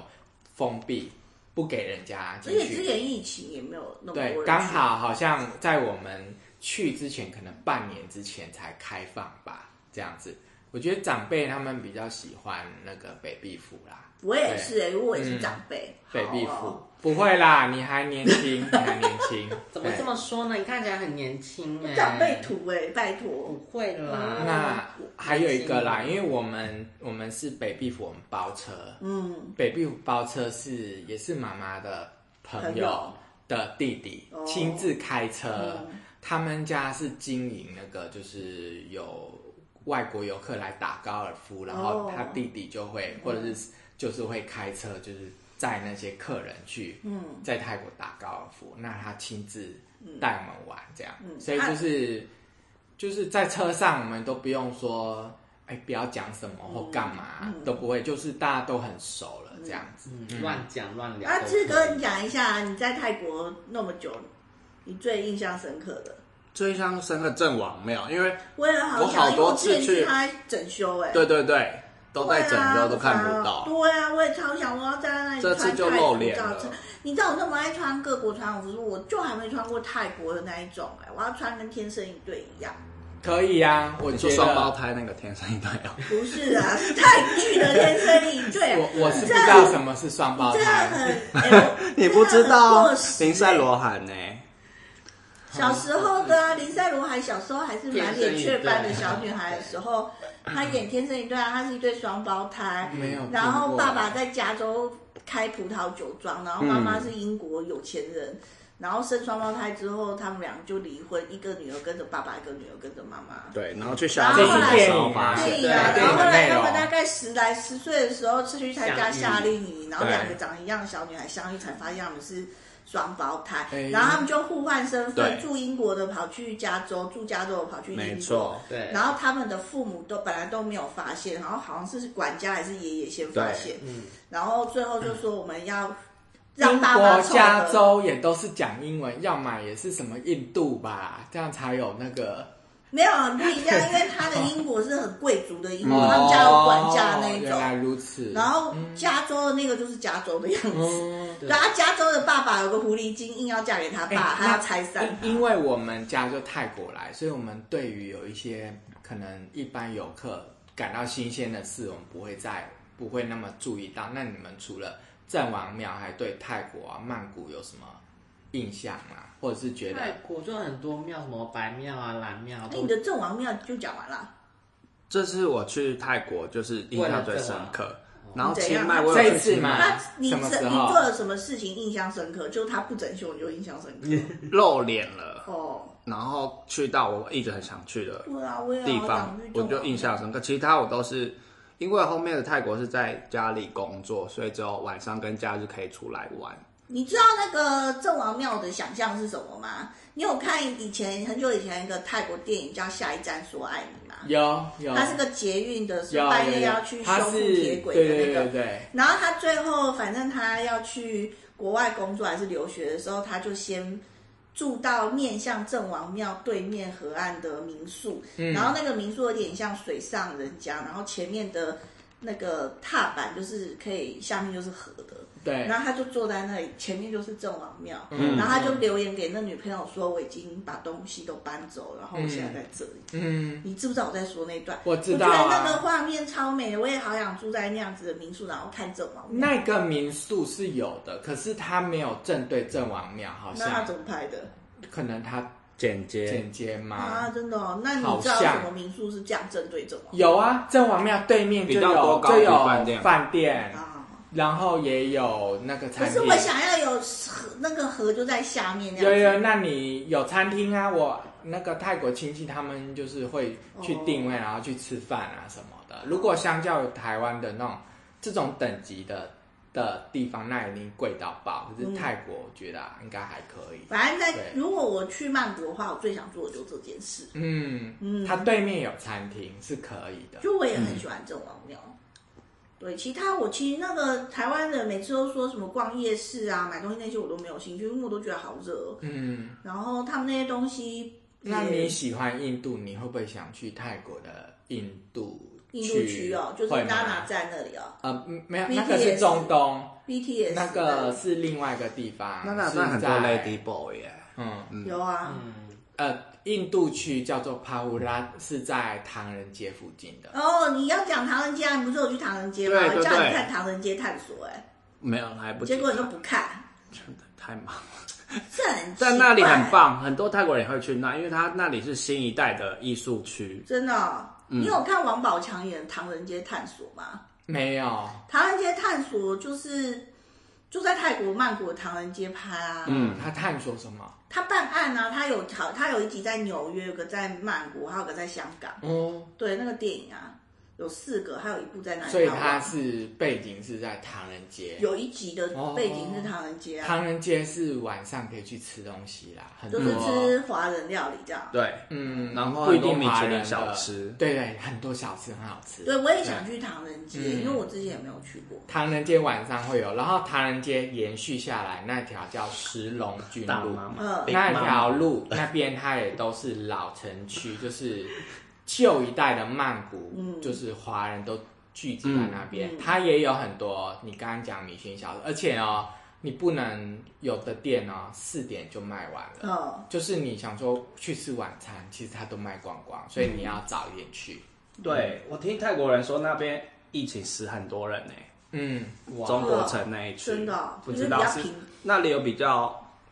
Speaker 2: 封闭，不给人家
Speaker 1: 而
Speaker 2: 进
Speaker 1: 且之
Speaker 2: 去。
Speaker 1: 前疫情也没有那么多人
Speaker 2: 对，
Speaker 1: 去
Speaker 2: 刚好好像在我们去之前，可能半年之前才开放吧，这样子。我觉得长辈他们比较喜欢那个北壁府啦，
Speaker 1: 我也是哎，因为我
Speaker 3: 嗯
Speaker 1: 也是长辈，
Speaker 2: 北壁
Speaker 1: 好
Speaker 2: 府
Speaker 1: 哦。
Speaker 2: 不会啦，你还年轻，你还年轻。
Speaker 4: 怎么
Speaker 2: 对
Speaker 4: 这么说呢？你看起来很年轻
Speaker 1: (laughs)
Speaker 4: 哎，
Speaker 1: 长
Speaker 3: 嗯
Speaker 1: 辈图哎，拜
Speaker 4: 不
Speaker 1: 托，
Speaker 4: 会啦，
Speaker 2: 那还有一个啦，因为我们我们是北壁府，我们包车，
Speaker 1: 嗯，
Speaker 2: 北壁府包车是也是妈妈的朋
Speaker 1: 朋
Speaker 2: 友
Speaker 1: 友
Speaker 2: 的弟弟
Speaker 1: 哦
Speaker 2: 亲自开车，
Speaker 1: 嗯
Speaker 2: 他们家是经营那个就是有外国游客来打高尔夫，然后他弟弟就会、或者是就是会开车，就是载那些客人去
Speaker 1: 嗯
Speaker 2: 在泰国打高尔夫，那他亲自带我们玩这样，
Speaker 1: 嗯
Speaker 2: 所以就是、就是在车上我们都不用说。哎，不要讲什么
Speaker 1: 嗯
Speaker 2: 或干嘛、都不会，就是大家都很熟了这样子。
Speaker 4: 嗯乱讲乱聊都
Speaker 1: 那
Speaker 4: 可以。
Speaker 1: 啊志哥，你讲一下你在泰国那么久，你最印象深刻的？
Speaker 3: 最印象深刻阵亡没有，因为
Speaker 1: 我也好
Speaker 3: 我
Speaker 1: 想，
Speaker 3: 好
Speaker 1: 因为我
Speaker 3: 多
Speaker 1: 之前
Speaker 3: 次
Speaker 1: 去
Speaker 3: 去
Speaker 1: 他整修哎、
Speaker 3: 对对对，都在
Speaker 1: 对啊
Speaker 3: 整周都看不
Speaker 1: 我想
Speaker 3: 到。
Speaker 1: 对啊，我也超想，我要站在那里
Speaker 3: 这次
Speaker 1: 穿
Speaker 3: 就
Speaker 1: 泰
Speaker 3: 露
Speaker 1: 服
Speaker 3: 脸
Speaker 1: 照
Speaker 3: 了
Speaker 1: 片你知道我那么爱穿各国传统服饰，我就还没穿过泰国的那一种哎、我要穿跟天生一对一样。
Speaker 2: 可以啊，我
Speaker 3: 你
Speaker 2: 觉
Speaker 3: 说
Speaker 2: 得
Speaker 3: 双胞胎那个天生一对哦，
Speaker 1: 不是啊，是泰剧的天生一
Speaker 3: (laughs)
Speaker 1: 对。啊
Speaker 2: 我我是不知道什么是双胞
Speaker 1: 这个
Speaker 2: 胎，
Speaker 1: 很，哎我
Speaker 3: 啊你不知
Speaker 1: 这
Speaker 3: 道
Speaker 1: 个很过时哎
Speaker 3: 林赛罗涵呢？
Speaker 1: 小时候的啊，林赛罗还小时候还是满脸雀斑的小女孩的时候，她演《天生一对》啊，她是一对双胞胎，
Speaker 2: 没有听过
Speaker 1: 然后爸爸在加州开葡萄酒庄，然后妈妈是英国有钱人，然后生双胞胎之后，他们俩就离婚，一个女儿跟着爸爸，一个女儿跟着妈妈。
Speaker 3: 对，然后去小
Speaker 1: 然后
Speaker 3: 镇
Speaker 1: 后来
Speaker 3: 的时候发
Speaker 2: 是
Speaker 1: 对
Speaker 3: 现，
Speaker 4: 对
Speaker 1: 呀、
Speaker 4: 对
Speaker 1: 然后后来
Speaker 2: 对
Speaker 1: 他们
Speaker 2: 对
Speaker 1: 大概十来十岁的时候是去参加夏令营，然后
Speaker 3: 对
Speaker 1: 两个长一样的小女孩相遇，才发现他们是双胞胎
Speaker 2: 哎，
Speaker 1: 然后他们就互换身份，
Speaker 3: 对
Speaker 1: 住英国的跑去加州，住加州的跑去
Speaker 3: 没
Speaker 1: 英国。
Speaker 3: 错，
Speaker 4: 对，
Speaker 1: 然后他们的父母都本来都没有发现，然后好像是管家还是爷爷先发现，
Speaker 4: 嗯，
Speaker 1: 然后最后就说我们要让
Speaker 2: 英
Speaker 1: 爸爸
Speaker 2: 国、
Speaker 1: 凑
Speaker 2: 加
Speaker 1: 合。
Speaker 2: 州也都是讲英文，要么也是什么印度吧，这样才有那个
Speaker 1: 没有很不一样，因为他的英国是很贵族的英国，
Speaker 2: 哦
Speaker 1: 他们家有管家那一
Speaker 2: 原
Speaker 1: 种。
Speaker 2: 来如此，
Speaker 1: 然后加州的那个就是加州的样子，
Speaker 2: 嗯。
Speaker 4: 对
Speaker 1: 然后加州的爸爸有个狐狸精，硬要嫁给他
Speaker 2: 哎
Speaker 1: 爸，还
Speaker 2: 那
Speaker 1: 要拆散他
Speaker 2: 因因为我们家就泰国来，所以我们对于有一些可能一般游客感到新鲜的事，我们不会再不会那么注意到。那你们除了郑王庙，还对泰国啊曼谷有什么印象啊？或者是觉得
Speaker 4: 泰国就很多庙，什么白庙啊、蓝庙啊，
Speaker 1: 那哎你的郑王庙就讲完了，
Speaker 3: 这是我去泰国就是印象最深刻。然后清迈，
Speaker 1: 怎样
Speaker 3: 我有
Speaker 2: 这
Speaker 3: 去
Speaker 2: 一次
Speaker 3: 清
Speaker 2: 嘛
Speaker 3: 迈
Speaker 1: 那你
Speaker 2: 啊什么
Speaker 1: 是
Speaker 2: 时
Speaker 1: 你
Speaker 2: 候
Speaker 1: 做了什么事情印象深刻？就是他不整修你就印象深
Speaker 2: (laughs) 嗯
Speaker 1: 刻。
Speaker 3: 露脸了，
Speaker 1: 哦，
Speaker 3: 然后去到我一直很想去的
Speaker 1: 对啊，我也
Speaker 3: 地
Speaker 1: 好
Speaker 3: 方
Speaker 1: 想去，郑
Speaker 3: 我
Speaker 1: 王庙
Speaker 3: 就印象深刻。其他我都是因为后面的泰国是在家里工作，所以只有晚上跟假日可以出来玩。
Speaker 1: 你知道那个郑王庙的想象是什么吗？你有看以前很久以前一个泰国电影叫《下一站说爱你》吗？
Speaker 2: 有有，
Speaker 1: 它是个捷运的，是
Speaker 2: 有
Speaker 1: 半
Speaker 2: 有
Speaker 1: 夜
Speaker 2: 有
Speaker 1: 要去修
Speaker 2: 它
Speaker 1: 复
Speaker 2: 是
Speaker 1: 铁轨
Speaker 2: 对
Speaker 1: 的那
Speaker 2: 对
Speaker 1: 个。
Speaker 2: 对对，
Speaker 1: 然后他最后，反正他要去国外工作还是留学的时候，他就先住到面向郑王庙对面河岸的民宿，然后那个民宿有点像水上人家，然后前面的那个踏板就是可以，下面就是河的。
Speaker 2: 对
Speaker 1: 然后他就坐在那里，前面就是郑王庙，然后他就留言给那女朋友说：“我已经把东西都搬走，然后我现在在这里。
Speaker 2: 嗯，
Speaker 1: 你知不知道我在说那段？
Speaker 2: 我知道啊
Speaker 1: 我觉得那个画面超美，我也好想住在那样子的民宿，然后看郑王庙。
Speaker 2: 那个民宿是有的，可是它没有正对郑王庙，好
Speaker 1: 那他
Speaker 2: 像
Speaker 1: 怎么拍的
Speaker 2: 可能它
Speaker 3: 简洁，
Speaker 2: 剪接嘛。
Speaker 1: 啊？真的哦，那你
Speaker 2: 好
Speaker 1: 知道
Speaker 2: 像
Speaker 1: 什么民宿是这样针对郑王
Speaker 2: 有啊，郑王庙对面就
Speaker 3: 比较多
Speaker 2: 有
Speaker 3: 高
Speaker 2: 就
Speaker 3: 级
Speaker 2: 有
Speaker 3: 饭店
Speaker 2: 饭店，
Speaker 1: 啊？
Speaker 2: 然后也有那个
Speaker 1: 可
Speaker 2: 餐
Speaker 1: 是
Speaker 2: 厅。
Speaker 1: 我想要有河，那个河就在下面那样
Speaker 2: 有
Speaker 1: 子。
Speaker 2: 有，那你有餐厅啊？我那个泰国亲戚他们就是会去定位，然后去吃饭啊什么
Speaker 1: 哦
Speaker 2: 的。如果相较于台湾的那种这种等级的的地方，那一定贵到爆。可
Speaker 1: 嗯
Speaker 2: 是泰国我觉得、啊应该还可以。
Speaker 1: 反正在
Speaker 2: 对
Speaker 1: 如果我去曼谷的话，我最想做的就是这件事。
Speaker 2: 嗯，
Speaker 1: 嗯
Speaker 2: 它对面有餐厅是可以的。
Speaker 1: 就我也很喜欢郑王庙。对，其他我其实那个台湾人每次都说什么逛夜市啊、买东西那些我都没有兴趣，因为我都觉得好热。哦
Speaker 2: 嗯，
Speaker 1: 然后他们那些东西，
Speaker 2: 那你
Speaker 1: 也
Speaker 2: 喜欢印度，你会不会想去泰国的印度去？
Speaker 1: 印度区哦，就是
Speaker 2: 会吗
Speaker 1: 娜娜站那里哦
Speaker 2: 呃，嗯没有，
Speaker 1: BTS
Speaker 2: 那个是中东，
Speaker 1: ，BTS
Speaker 2: 那个是另外一个地方。
Speaker 3: 那那那
Speaker 2: 是
Speaker 3: 很多
Speaker 2: 在
Speaker 3: Lady Boy 耶，
Speaker 2: 嗯，
Speaker 1: 那里有啊，
Speaker 4: 嗯，
Speaker 2: 呃，印度区叫做帕乌拉，是在唐人街附近的。
Speaker 1: 哦，你要讲唐人街啊，你不是有去唐人街吗？
Speaker 3: 对对
Speaker 1: 我叫你
Speaker 3: 对
Speaker 1: 看唐人街探索、哎，
Speaker 3: 没有来不及
Speaker 1: 结
Speaker 3: 看，
Speaker 1: 果你都不看，
Speaker 3: 真的太忙。
Speaker 1: 这很
Speaker 3: 在那里
Speaker 1: 奇怪
Speaker 3: 很，棒，很多泰国人也会去那，因为它那里是新一代的艺术区。
Speaker 1: 真的哦、你有看王宝强演《唐人街探索》吗？
Speaker 2: 没有，
Speaker 1: 唐人街探索就是住在泰国曼谷的唐人街拍啊，
Speaker 2: 嗯，他探索什么？
Speaker 1: 他办案啊，他有好，他有一集在纽约，有个在曼谷，还有个在香港。
Speaker 2: 哦，
Speaker 1: 对，那个电影啊，有四个，还有一部在哪里？
Speaker 2: 所以他是背景是在唐人街，
Speaker 1: 有一集的背景是唐人街啊，
Speaker 2: 唐人街是晚上可以去吃东西啦，很
Speaker 3: 嗯
Speaker 1: 就
Speaker 2: 多
Speaker 1: 是吃华人料理这样。
Speaker 3: 对，
Speaker 2: 嗯，
Speaker 3: 然后
Speaker 2: 不一
Speaker 3: 很多
Speaker 2: 定
Speaker 3: 米
Speaker 2: 华
Speaker 3: 其
Speaker 2: 人
Speaker 3: 林
Speaker 2: 的
Speaker 3: 小吃，
Speaker 2: 对对，很多小吃很好吃。
Speaker 1: 对，我也想去唐人街，
Speaker 2: 嗯
Speaker 1: 因为我之前也没有去过。
Speaker 2: 唐人街晚上会有，然后唐人街延续下来那条叫石龙军
Speaker 4: 大
Speaker 2: 路，
Speaker 4: 妈妈，
Speaker 1: 嗯，
Speaker 2: 那条路那边它也都是老城区， (laughs) 就是旧一代的曼谷，
Speaker 1: 嗯
Speaker 2: 就是华人都聚集在那边。
Speaker 1: 嗯嗯
Speaker 2: 它也有很多你刚刚讲米其林小吃，而且哦，你不能有的店哦四点就卖完了。
Speaker 1: 嗯，
Speaker 2: 就是你想说去吃晚餐，其实它都卖光光，所以你要早一点去。
Speaker 3: 对我听泰国人说那边疫情死很多人呢、
Speaker 2: 嗯，
Speaker 3: 中国城那一区，
Speaker 1: 真的哦
Speaker 3: 不知道
Speaker 1: 因为比较
Speaker 3: 是
Speaker 1: 平
Speaker 3: 那里有比较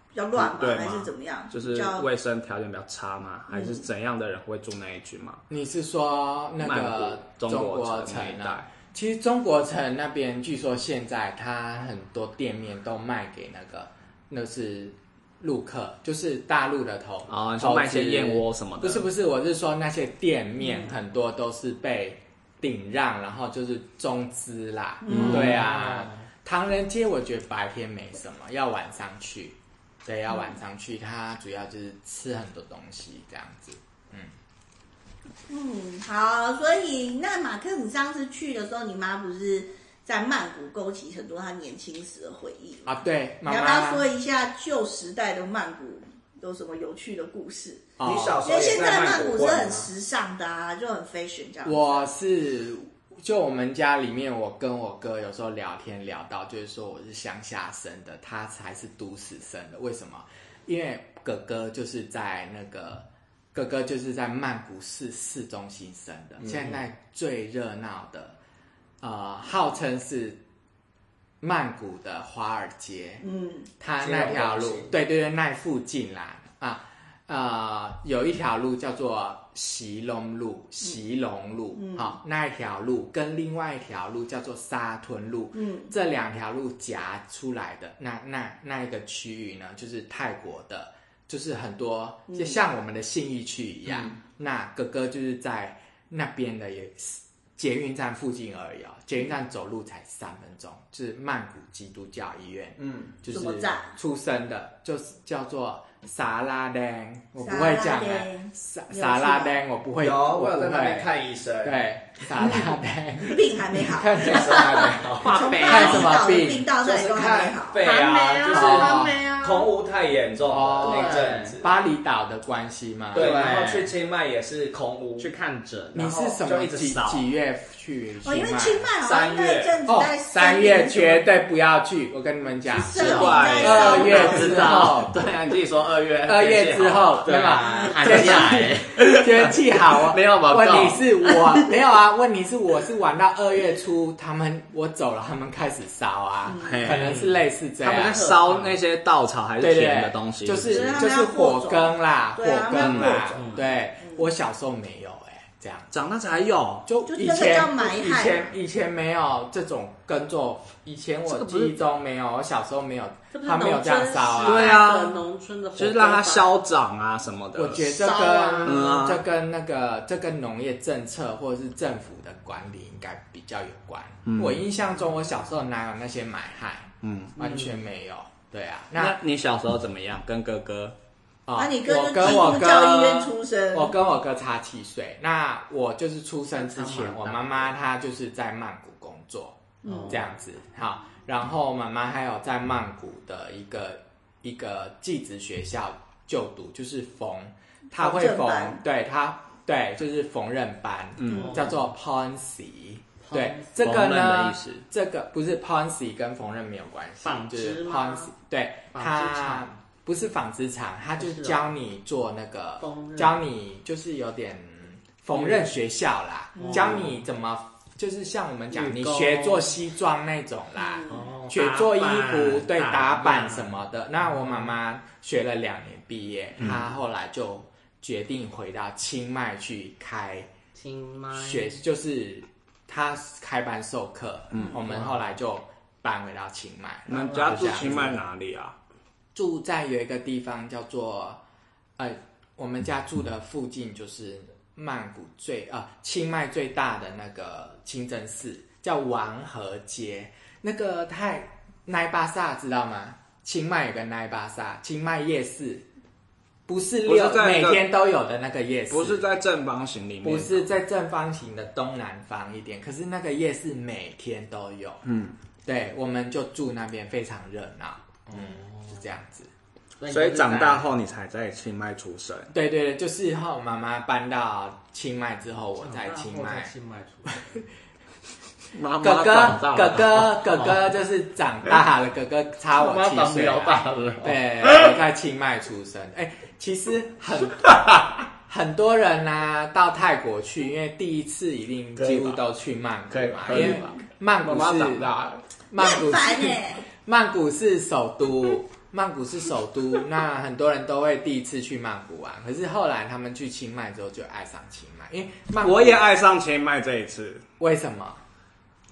Speaker 1: 比较乱吧，
Speaker 3: 对
Speaker 1: 还
Speaker 3: 嘛
Speaker 1: 是怎么样？
Speaker 3: 就是
Speaker 1: 比较
Speaker 3: 卫生条件比较嗯差吗？还是怎样的人会住那一区吗？
Speaker 2: 你是说那
Speaker 3: 曼
Speaker 2: 个
Speaker 3: 谷
Speaker 2: 中
Speaker 3: 中
Speaker 2: 国
Speaker 3: 国
Speaker 2: 城
Speaker 3: 城那一
Speaker 2: 啊？
Speaker 3: 带，
Speaker 2: 其实中国城那边据说现在它很多店面都卖给那个那是陆客，就是大陆的投
Speaker 3: 哦你说
Speaker 2: 投资
Speaker 3: 卖一些燕窝什么的
Speaker 2: 不是不是，我是说那些店面很多都是被顶让，然后就是中资啦，
Speaker 1: 嗯
Speaker 2: 对啊。唐人街我觉得白天没什么，要晚上去，对，要晚上去，它主要就是吃很多东西这样子。
Speaker 1: 嗯好，所以那马克，你上次去的时候，你妈不是在曼谷勾起很多她年轻时的回忆吗？
Speaker 2: 啊，对，妈
Speaker 1: 你要不要
Speaker 2: 妈
Speaker 1: 说，一下旧时代的曼谷有什么有趣的故事？
Speaker 2: 哦
Speaker 1: 因为现在曼谷是很时尚的啊，就很 fashion 这样。
Speaker 2: 我是就我们家里面，我跟我哥有时候聊天聊到，就是说我是乡下生的，他才是都市生的。为什么？因为哥哥就是在那个哥哥就是在曼谷市市中心生的，现在最热闹的，呃，号称是曼谷的华尔街，
Speaker 1: 嗯，
Speaker 2: 它那条路
Speaker 4: 金融中心，
Speaker 2: 对对对，那附近啦啊呃，有一条路叫做席隆
Speaker 4: 嗯
Speaker 2: 路，席隆路，好、那一条路跟另外一条路叫做沙屯路，
Speaker 1: 嗯，
Speaker 2: 这两条路夹出来的那那那一个区域呢，就是泰国的，就是很多
Speaker 4: 嗯
Speaker 2: 就像我们的信义区一样，那哥哥就是在那边的也是。捷运站附近而已哦，捷运站走路才三分钟，就是曼谷基督教医院。
Speaker 3: 嗯，
Speaker 2: 就
Speaker 1: 什么
Speaker 2: 是
Speaker 1: 站
Speaker 2: 出生的，就是叫做撒拉丹，我不
Speaker 1: 撒
Speaker 2: 会
Speaker 1: 拉
Speaker 2: 讲
Speaker 1: 丹
Speaker 2: 哎，撒
Speaker 1: 你有
Speaker 2: 撒拉
Speaker 1: 去吗
Speaker 2: 丹我不会，不会，
Speaker 3: 看医生，
Speaker 2: 对，撒拉丹， (laughs)
Speaker 1: 病还没好，
Speaker 3: 医生 (laughs) 还没好，
Speaker 4: 画
Speaker 1: 从
Speaker 4: 北
Speaker 1: 巴
Speaker 2: 看
Speaker 1: 厘
Speaker 2: 什么
Speaker 1: 岛的
Speaker 2: 病
Speaker 1: 病到这里都还没好。
Speaker 3: 肺
Speaker 4: 韩梅
Speaker 3: 啊，
Speaker 4: 啊
Speaker 3: 就是
Speaker 4: 韩梅啊，
Speaker 3: 空污太严重
Speaker 2: 哦
Speaker 3: 了那阵子，
Speaker 2: 巴厘岛的关系吗？
Speaker 3: 对，
Speaker 4: 对
Speaker 3: 然后去清迈也是空污，
Speaker 4: 去看诊，
Speaker 2: 你是什
Speaker 3: 然
Speaker 2: 么
Speaker 3: 后就一直
Speaker 2: 几
Speaker 3: 扫
Speaker 2: 几月去清
Speaker 1: 哦，
Speaker 2: 迈？
Speaker 1: 因为清迈好像那一阵子
Speaker 2: 哦
Speaker 1: 在，
Speaker 2: 三月绝对不要去，我跟你们讲，
Speaker 1: 森林
Speaker 3: 怪
Speaker 1: 在
Speaker 2: 二
Speaker 1: 烧
Speaker 2: 月
Speaker 1: 脑
Speaker 2: 之
Speaker 3: 知
Speaker 2: 后
Speaker 3: 道，对啊，你自己说二月，
Speaker 2: 二月之后，
Speaker 3: 对
Speaker 2: 对
Speaker 3: 吧？
Speaker 2: 吧？
Speaker 4: 寒
Speaker 2: 天气
Speaker 4: 假哎，
Speaker 2: (laughs) 天气好啊，
Speaker 3: (laughs) 没有吧
Speaker 2: 问
Speaker 3: 够
Speaker 2: 题是我 (laughs) 没有啊，问题是我是玩到二月初，他们我走了，他们开始烧啊，
Speaker 3: 嘿
Speaker 2: 可能是类似这
Speaker 3: 嗯他
Speaker 2: 样
Speaker 3: 们。在烧那些稻草还
Speaker 2: 啊
Speaker 3: 是
Speaker 2: 对对
Speaker 3: 甜
Speaker 2: 对
Speaker 3: 的东西，
Speaker 2: 就
Speaker 3: 不
Speaker 2: 是
Speaker 1: 是他
Speaker 2: 就
Speaker 1: 们
Speaker 2: 是
Speaker 1: 要
Speaker 2: 火
Speaker 1: 过种
Speaker 2: 耕啦，火
Speaker 1: 对啊他
Speaker 2: 耕
Speaker 1: 们要
Speaker 2: 啦
Speaker 1: 过种，嗯
Speaker 2: 对我小时候没有哎，这样
Speaker 3: 长大才有，
Speaker 2: 就
Speaker 1: 就
Speaker 2: 以
Speaker 1: 那个
Speaker 2: 前
Speaker 1: 叫埋
Speaker 2: 以
Speaker 1: 害
Speaker 2: 前以前没有这种耕作，以前
Speaker 3: 这
Speaker 2: 我
Speaker 3: 个不
Speaker 2: 记
Speaker 3: 是
Speaker 2: 忆中没有，我小时候没有
Speaker 4: 这不，是
Speaker 2: 他没有这样烧啊，
Speaker 4: 农村时代
Speaker 3: 对啊
Speaker 4: 农村的活动
Speaker 3: 就是让它消长啊什么的。
Speaker 2: 我觉得这
Speaker 4: 烧
Speaker 2: 跟、
Speaker 4: 啊
Speaker 3: 嗯啊
Speaker 2: 这跟那个这跟农业政策或者是政府的管理应该比较有关。我印象中，我小时候哪有那些买害，
Speaker 3: 嗯，
Speaker 2: 完全没有。对啊，那
Speaker 3: 那你小时候怎么样？跟哥哥
Speaker 1: 那
Speaker 2: 哦
Speaker 1: 啊你哥
Speaker 2: 我
Speaker 1: 就
Speaker 2: 跟
Speaker 1: 基
Speaker 2: 我
Speaker 1: 督教医院
Speaker 2: 哥，
Speaker 1: 出生，
Speaker 2: 我哦跟我哥差七岁。那我就是出生之前，我妈妈她就是在曼谷工作，这样子好。然后妈妈还有在曼谷的一个一个技职学校就读，就是缝，她会
Speaker 1: 缝
Speaker 2: 缝
Speaker 1: 纫班，
Speaker 2: 对她对就是缝纫班，嗯，叫做 Poncy。对，这个
Speaker 3: 缝纫的
Speaker 2: 呢
Speaker 3: 意思，
Speaker 2: 这个不是 Poncy 跟缝纫没有关系，
Speaker 4: 纺
Speaker 2: 就
Speaker 4: 织
Speaker 2: 是
Speaker 4: 吗
Speaker 2: Poncy 对，
Speaker 4: 纺
Speaker 2: 它
Speaker 4: 织厂
Speaker 2: 不是纺织厂，它就是
Speaker 4: 不是哦
Speaker 2: 教你做那个
Speaker 4: 缝，纫
Speaker 2: 教你就是有点缝纫学校啦，
Speaker 4: 嗯
Speaker 2: 教你怎么就是像我们讲，你
Speaker 4: 女工
Speaker 2: 学做西装那种啦，
Speaker 4: 哦
Speaker 2: 学做衣
Speaker 4: 打
Speaker 2: 服，
Speaker 4: 扮
Speaker 2: 对，打扮什么
Speaker 4: 么，
Speaker 2: 的。那我妈妈学了两年毕业，
Speaker 4: 嗯
Speaker 2: 她后来就决定回到清迈去开
Speaker 4: 清迈
Speaker 2: 学就是他开班授课，嗯，我们后来就搬回到清迈。
Speaker 3: 你
Speaker 2: 然
Speaker 3: 们
Speaker 2: 后
Speaker 3: 家
Speaker 2: 就
Speaker 3: 住
Speaker 2: 这样
Speaker 3: 清
Speaker 2: 子
Speaker 3: 迈哪里啊？
Speaker 2: 住在有一个地方叫做，呃，我们家住的附近就是曼谷最呃清迈最大的那个清真寺，叫王河街。那个泰奈巴萨知道吗？清迈有个奈巴萨，清迈夜市，不是
Speaker 3: 不是
Speaker 2: 六
Speaker 3: 在那
Speaker 2: 每
Speaker 3: 个
Speaker 2: 天都有的那个夜市，
Speaker 3: 不是在正方形里面，
Speaker 2: 不是在正方形的东南方一点，可是那个夜市每天都有。
Speaker 3: 嗯，
Speaker 2: 对，我们就住那边，非常热闹。嗯，是这样子。
Speaker 3: 所以长大
Speaker 4: 后。
Speaker 3: 后你才在清迈出生。
Speaker 2: 对对对，就是后妈妈搬到清迈之后，我在清
Speaker 4: 长大后
Speaker 2: 迈
Speaker 4: 才。清迈出来，
Speaker 3: 妈妈
Speaker 2: 哥哥
Speaker 3: 长大
Speaker 2: 哥
Speaker 3: 了
Speaker 2: 哥哥哥就是长大了，哥哥差我七岁啊。
Speaker 4: 了
Speaker 2: 对，我在清迈出生。哎、其实
Speaker 3: (laughs)
Speaker 2: 很很多人呢、到泰国去，因为第一次一定
Speaker 3: 可
Speaker 2: 几
Speaker 3: 以吧
Speaker 2: 乎都去曼谷
Speaker 3: 可以吧
Speaker 2: 嘛，
Speaker 3: 可
Speaker 2: 因
Speaker 3: 以
Speaker 2: 为
Speaker 3: 吧
Speaker 2: 曼
Speaker 3: 妈
Speaker 2: 谷
Speaker 3: 妈
Speaker 2: 是
Speaker 3: 长大了，
Speaker 2: 曼谷
Speaker 1: 很烦
Speaker 2: 是
Speaker 1: 哎、
Speaker 2: (laughs) 曼谷是首都，曼谷是首都，那很多人都会第一次去曼谷玩，可是后来他们去清迈之后就爱上清迈，因为曼谷
Speaker 3: 我也爱上清迈这一次。
Speaker 2: 为什么？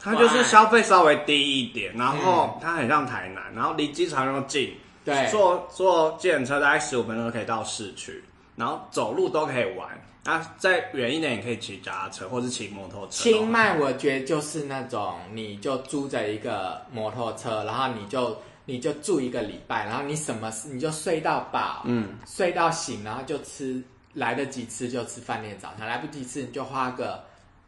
Speaker 3: 它就是消费稍微低一点，然后它很像台南，然后离机场又近，
Speaker 2: 嗯对
Speaker 3: 坐坐计程车大概十五分钟就可以到市区，然后走路都可以玩。那再远一点，也可以骑脚踏车或是骑摩托车。
Speaker 2: 清迈我觉得就是那种，你就租着一个摩托车，然后你就你就住一个礼拜，然后你什么事你就睡到饱，
Speaker 3: 嗯，
Speaker 2: 睡到醒，然后就吃，来得及吃就吃饭店早餐，来不及吃你就花个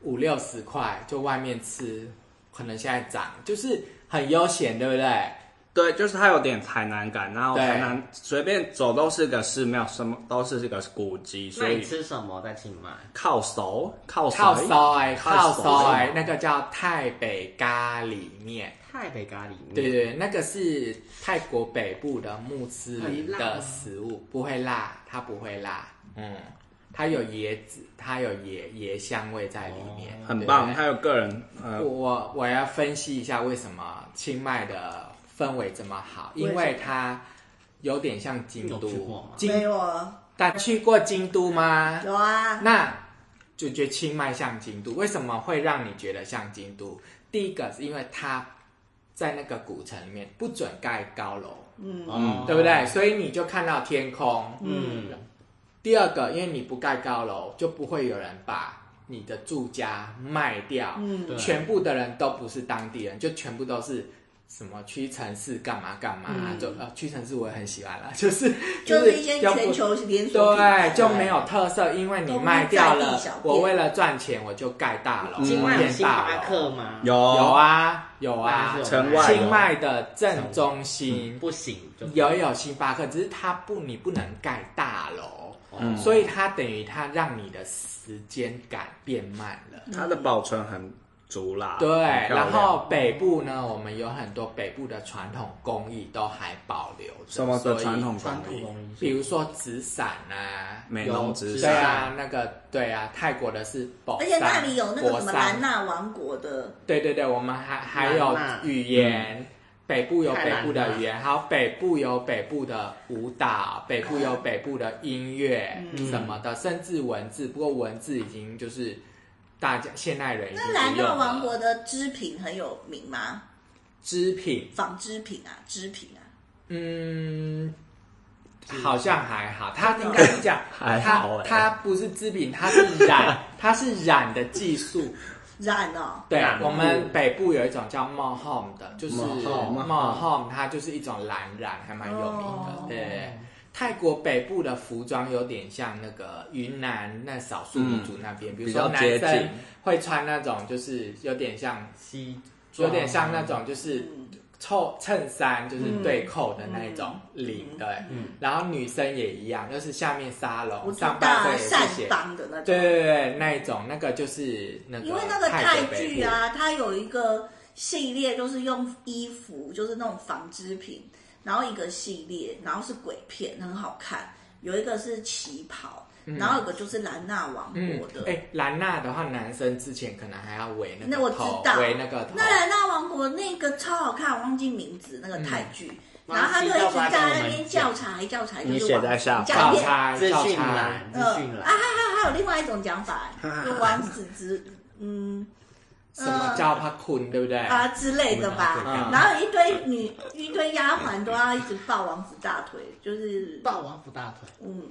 Speaker 2: 五六十块就外面吃，可能现在涨，就是很悠闲，对不对？
Speaker 3: 对，就是它有点台南感，然后
Speaker 2: 对
Speaker 3: 台南随便走都是个寺庙，什么都是这个古迹，
Speaker 4: 那
Speaker 3: 所
Speaker 4: 你
Speaker 3: 以
Speaker 4: 吃什么在清迈？
Speaker 3: 靠熟靠熟
Speaker 2: 靠烧哎，
Speaker 3: 靠
Speaker 2: 靠
Speaker 3: 手
Speaker 2: 烧哎，那个叫泰北咖喱面。
Speaker 4: 泰北咖喱面。
Speaker 2: 对对对，那个是泰国北部的穆斯林
Speaker 4: 很辣吗
Speaker 2: 的食物，不会辣，它不会辣，嗯，它有椰子，它有椰椰香味在里面，
Speaker 4: 哦
Speaker 3: 很
Speaker 2: 对
Speaker 3: 棒，它有个人呃
Speaker 2: 我我我要分析一下为什么清迈的氛围这么好，因
Speaker 4: 为什
Speaker 2: 为它有点像京
Speaker 4: 你有去过
Speaker 2: 都
Speaker 4: 吗，
Speaker 1: 没
Speaker 2: 京，
Speaker 1: 有啊
Speaker 2: 但去过京都吗？
Speaker 1: 有啊，
Speaker 2: 那就觉得清迈像京都，为什么会让你觉得像京都？第一个是因为它在那个古城里面不准盖高楼，
Speaker 1: 嗯
Speaker 4: 哦
Speaker 2: 对不？对？所以你就看到天空。
Speaker 1: 嗯，
Speaker 4: 嗯，
Speaker 2: 第二个，因为你不盖高楼，就不会有人把你的住家卖掉，
Speaker 1: 嗯
Speaker 4: 对
Speaker 2: 全部的人都不是当地人，就全部都是。什么屈臣氏干嘛干嘛、
Speaker 1: 嗯
Speaker 2: 就呃屈臣氏我也很喜欢啦，就是
Speaker 1: 就是一些
Speaker 2: 要不哎
Speaker 1: 全球连锁品牌
Speaker 2: 对，就没有特色，因为你卖掉了，我为了赚钱我就盖大楼，
Speaker 4: 清迈有
Speaker 2: 变
Speaker 4: 星巴
Speaker 2: 大楼。
Speaker 4: 克吗？
Speaker 3: 有
Speaker 2: 有啊，有
Speaker 4: 还
Speaker 2: 啊
Speaker 4: 是有，
Speaker 3: 城外有
Speaker 2: 清迈的正中心
Speaker 4: 不行，
Speaker 3: 嗯
Speaker 4: 就
Speaker 2: 有有星巴克，只是它不你不能盖大楼，
Speaker 3: 嗯
Speaker 4: 哦
Speaker 2: 所以它等于它让你的时间感变慢了。
Speaker 3: 它的保存很足啦，
Speaker 2: 对，
Speaker 3: 嗯很漂亮
Speaker 2: 然后北部呢，我们有很多北部的传统工艺都还保留着，
Speaker 3: 什么
Speaker 2: 所
Speaker 3: 的
Speaker 2: 以
Speaker 3: 传统
Speaker 4: 传
Speaker 3: 工
Speaker 4: 统
Speaker 3: 艺，
Speaker 4: 工艺，
Speaker 2: 比如说纸伞啊，
Speaker 3: 美
Speaker 2: 有
Speaker 3: 浓纸
Speaker 2: 对
Speaker 3: 伞
Speaker 2: 啊，那个对啊，泰国的是宝
Speaker 1: 而
Speaker 2: 山，
Speaker 1: 且哎那里有那个
Speaker 2: 国
Speaker 1: 什么啊兰
Speaker 2: 山
Speaker 1: 纳王国的，
Speaker 2: 对对对，我们还还
Speaker 4: 兰
Speaker 2: 有
Speaker 4: 纳
Speaker 2: 语言。
Speaker 3: 嗯
Speaker 2: 北部有
Speaker 4: 太
Speaker 2: 北
Speaker 4: 难
Speaker 2: 部
Speaker 4: 了
Speaker 2: 的语言，还有北部有北部的舞蹈，北部有北部的音乐
Speaker 1: 嗯
Speaker 2: 什么的，甚至文字。不过文字已经就是大家现代人已经
Speaker 1: 那
Speaker 2: 不
Speaker 1: 兰纳
Speaker 2: 用
Speaker 1: 王
Speaker 2: 了
Speaker 1: 国的织品很有名吗？
Speaker 2: 织品，
Speaker 1: 纺织品啊，织品啊，
Speaker 2: 嗯，好像还好，它应该是这样，
Speaker 3: (laughs) 还好
Speaker 2: 它
Speaker 3: 欸
Speaker 2: 它不是织品，它是染，它是染的技
Speaker 3: (laughs)
Speaker 2: 术。
Speaker 1: 染哦，
Speaker 2: 对
Speaker 4: 染，布
Speaker 2: 我们北部有一种叫 m o h o m 的，就是
Speaker 3: mohom
Speaker 2: m h o m 它就是一种蓝染，还蛮有名
Speaker 1: 哦
Speaker 2: 的。对，泰国北部的服装有点像那个云南那少数民族那边，比如
Speaker 3: 嗯比较
Speaker 2: 说
Speaker 3: 接
Speaker 2: 男
Speaker 3: 近
Speaker 2: 生会穿那种，就是有点像
Speaker 4: 西
Speaker 2: 有
Speaker 1: 哦
Speaker 2: 点像那种就是
Speaker 1: 嗯
Speaker 2: 扣衬衫，就是对扣的那一种领，对。然后女生也一样，就是下面沙
Speaker 1: 嗯我
Speaker 2: 龙，
Speaker 1: 知道
Speaker 2: 上半身
Speaker 1: 啊
Speaker 2: 也
Speaker 1: 善
Speaker 2: 是写。
Speaker 1: 邦的那种，
Speaker 2: 对对对对，那一种那个就是那个，
Speaker 1: 因为那个泰剧
Speaker 2: 北部，
Speaker 1: 啊，它有一个系列，就是用衣服，就是那种纺织品，然后一个系列，然后是鬼片，很好看。有一个是旗袍，然后有个就是兰纳王
Speaker 2: 嗯
Speaker 1: 国的。，
Speaker 2: 哎，兰纳的话，男生之前可能还要围那
Speaker 1: 那
Speaker 2: 个
Speaker 1: 我知
Speaker 2: 头，
Speaker 1: 道
Speaker 2: 围那个头，
Speaker 1: 那兰纳王国那个超好看，我忘记名字，那个泰剧。然后他就一直在那边教材教材，就是
Speaker 3: 你写在下
Speaker 1: 往
Speaker 3: 方
Speaker 1: 讲
Speaker 2: 交
Speaker 1: 片。
Speaker 2: 叉
Speaker 4: 资
Speaker 2: 交
Speaker 4: 讯
Speaker 2: 叉，
Speaker 4: 栏，资
Speaker 1: 嗯
Speaker 4: 讯
Speaker 1: 啊，还
Speaker 4: 栏，
Speaker 1: 还还有另外一种讲法，就王子之嗯
Speaker 2: 什么叫帕坤，对不对？
Speaker 1: 啊之类的吧。
Speaker 2: 嗯
Speaker 1: 然后一堆女一堆丫鬟都要一直抱王子大腿，就是
Speaker 4: 抱王府大腿，
Speaker 1: 嗯，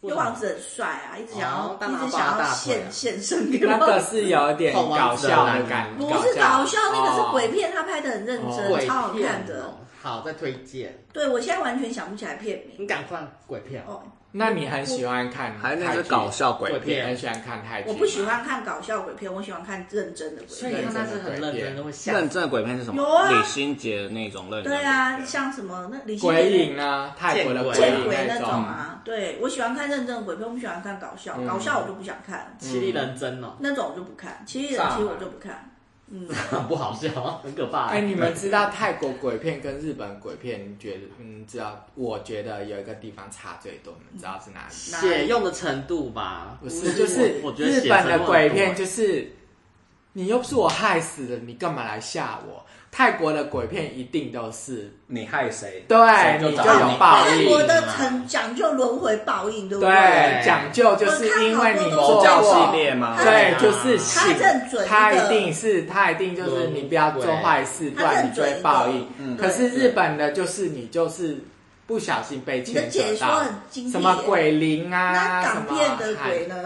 Speaker 1: 因为
Speaker 4: 为什么
Speaker 1: 王子很帅啊，一直想要、
Speaker 4: 哦当然
Speaker 1: 一直
Speaker 4: 要
Speaker 1: 想
Speaker 4: 抱
Speaker 1: 要
Speaker 4: 他大腿
Speaker 1: 献
Speaker 4: 啊
Speaker 1: 献身给
Speaker 2: 那
Speaker 1: 王
Speaker 2: 个
Speaker 1: 子。
Speaker 2: 是有点搞笑的感，
Speaker 1: 不是搞笑，那个是鬼
Speaker 2: 哦
Speaker 1: 片，他拍的很认
Speaker 2: 哦
Speaker 1: 真，
Speaker 4: 鬼
Speaker 1: 超好看
Speaker 4: 片
Speaker 1: 的
Speaker 4: 哦。，好，再推荐，
Speaker 1: 对我现在完全想不起来片名
Speaker 4: 你赶快鬼片哦，
Speaker 1: 哦，
Speaker 2: 那你很喜欢看
Speaker 3: 还
Speaker 2: 泰剧？
Speaker 3: 有那是搞笑鬼
Speaker 4: 鬼
Speaker 3: 片，
Speaker 2: 你很喜欢看泰剧？
Speaker 1: 我不喜。欢看搞笑鬼片，我喜欢看认真的鬼
Speaker 4: 所
Speaker 1: 片。
Speaker 4: 以他那是很认真的会吓死
Speaker 3: 认真的鬼片是什么？
Speaker 1: 有啊
Speaker 3: 李心洁的那种认真
Speaker 1: 对
Speaker 3: 的鬼片。
Speaker 1: 啊，像什么那李心
Speaker 2: 鬼
Speaker 1: 洁
Speaker 2: 影啊，泰国的
Speaker 1: 那
Speaker 4: 鬼
Speaker 1: 见鬼
Speaker 2: 鬼影
Speaker 1: 那种
Speaker 2: 种，
Speaker 1: 啊，对我喜欢看认真的鬼片，我不喜欢看搞笑，搞笑我就不想看，
Speaker 4: 犀利人真哦，
Speaker 1: 那种我就不看，其实人
Speaker 2: 上
Speaker 1: 妻
Speaker 2: 来
Speaker 1: 我就不看。
Speaker 4: 不好笑，很可怕。
Speaker 2: 哎，你们知道泰国鬼片跟日本鬼片，你觉得嗯，知道？我觉得有一个地方差最多，你们知道是哪里？
Speaker 4: 血用的程度吧，
Speaker 2: 不是，就是
Speaker 4: 我觉得
Speaker 2: 日
Speaker 4: 血
Speaker 2: 本
Speaker 4: 程
Speaker 2: 的
Speaker 4: 度
Speaker 2: 鬼
Speaker 4: 很多
Speaker 2: 片，就是你又不是我害死的，你干嘛来吓我？泰国的鬼片一定都是
Speaker 3: 你害谁？
Speaker 2: 对
Speaker 3: 谁
Speaker 2: 你就
Speaker 3: 找
Speaker 2: 有报
Speaker 1: 泰
Speaker 2: 应
Speaker 1: 国，的很讲究轮回报应，对不
Speaker 2: 对，啊讲究就是因为你做
Speaker 3: 佛教系
Speaker 2: 过。
Speaker 3: 列吗？
Speaker 2: 对，就是
Speaker 1: 他认准一个
Speaker 2: 他一定是，他一定就是你不要做坏事，不
Speaker 1: 他
Speaker 2: 然你
Speaker 1: 认
Speaker 2: 就
Speaker 1: 准一
Speaker 2: 会
Speaker 1: 个
Speaker 2: 报应。可是
Speaker 1: 对
Speaker 2: 日本的，就是你就是不小心被
Speaker 1: 你的解
Speaker 2: 牵扯
Speaker 1: 说
Speaker 2: 到
Speaker 1: 很精辟
Speaker 2: 什么
Speaker 1: 耶
Speaker 2: 鬼灵啊，
Speaker 1: 那
Speaker 2: 什
Speaker 1: 港
Speaker 2: 么
Speaker 1: 片的
Speaker 2: 海
Speaker 1: 鬼呢？